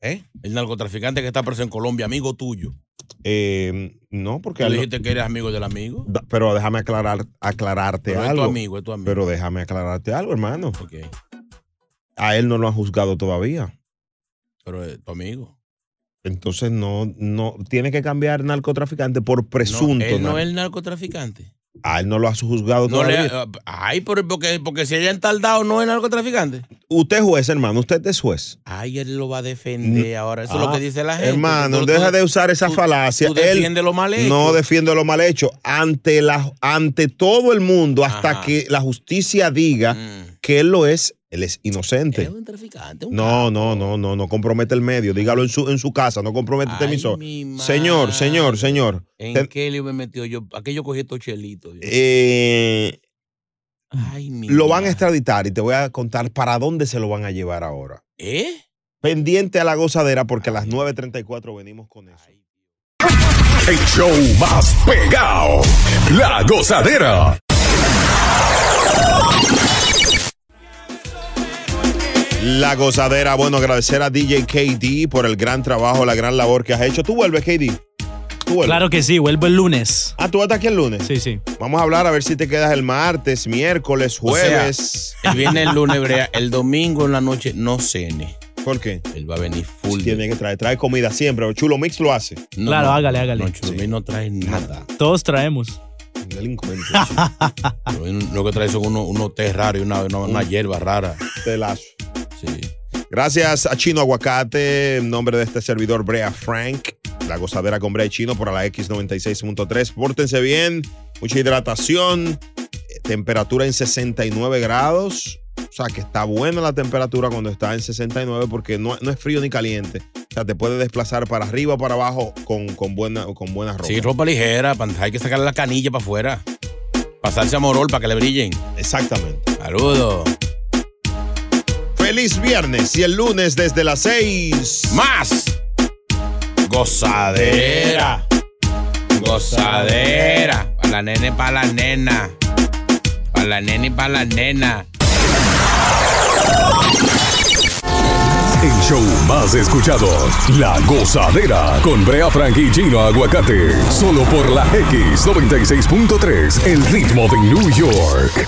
S3: ¿Eh? El narcotraficante que está preso en Colombia, amigo tuyo.
S2: Eh, no, porque.
S3: Tú
S2: al-
S3: dijiste que eres amigo del amigo.
S2: Da- Pero déjame aclarar, aclararte
S3: Pero es tu
S2: algo.
S3: amigo, es tu amigo.
S2: Pero déjame aclararte algo, hermano. A él no lo han juzgado todavía.
S3: Pero es tu amigo.
S2: Entonces no, no tiene que cambiar narcotraficante por presunto.
S3: Él no
S2: nar-
S3: es el narcotraficante.
S2: A él no lo ha juzgado
S3: No le, ah,
S2: todavía.
S3: ay, pero porque, porque se hayan tardado no en narcotraficante.
S2: Usted es juez, hermano. Usted es juez.
S3: Ay, él lo va a defender ahora. Eso es lo
S2: Ah,
S3: que dice la gente.
S2: Hermano,
S3: Tú- tú-
S2: deja de usar esa falacia.
S3: tú
S2: Él
S3: defiendes lo mal hecho.
S2: No defiende lo mal hecho. Ante, la, ante todo el mundo, hasta
S3: Ajá. Mm.
S2: que la justicia diga que él lo es, él es inocente. no, no, no, no, no compromete el medio. Dígalo en su, en su casa, no compromete este emisor. Señor, señor, señor.
S3: ¿En
S2: Te-
S3: qué lío me metió yo? ¿A qué yo cogí estos chelitos? Dios?
S2: eh,
S3: Ay, mi
S2: lo van a extraditar y te voy a contar para dónde se lo van a llevar ahora.
S3: ¿Eh?
S2: Pendiente a la gozadera porque a las 9.34 venimos con eso.
S1: El show más pegado. La gozadera.
S2: La gozadera, bueno, agradecer a DJ KD por el gran trabajo, la gran labor que has hecho. Tú vuelves, KD. Tú vuelves.
S4: Claro que sí, vuelvo el lunes.
S2: Ah, tú estás aquí el lunes.
S4: Sí, sí.
S2: Vamos a hablar a ver si te quedas el martes, miércoles,
S3: O sea,
S2: jueves.
S3: él viene el lunes, brea, el domingo en la noche no cene.
S2: ¿Por qué?
S3: Él va a venir full.
S2: Tiene que traer, trae comida siempre. Chulo Mix lo hace.
S3: No,
S4: claro,
S3: no,
S4: hágale, hágale.
S3: No, Chulomín no trae nada.
S4: Todos traemos.
S2: Delincuente.
S3: Chulomín Lo que trae son unos unos té raros y una, una, una hierba rara.
S2: Telazo. Gracias a Chino Aguacate, en nombre de este servidor Brea Frank, la gozadera con Brea y Chino por la X96.3. Pórtense bien, mucha hidratación, eh, temperatura en 69 grados. O sea, que está buena la temperatura cuando está en 69 porque no, no es frío ni caliente. O sea, te puede desplazar para arriba o para abajo con, con, buena, con buena ropa.
S3: Sí, ropa ligera, pan- hay que sacarle la canilla para afuera. Pasarse a morol para que le brillen.
S2: Exactamente.
S3: Saludos.
S2: Feliz viernes y el lunes desde las 6.
S3: Más. Gozadera. Gozadera. Para la nene, para la nena. Para la nene y para la nena.
S1: El show más escuchado. La gozadera. Con Brea Frank y Chino Aguacate. Solo por la X96.3. El ritmo de New York.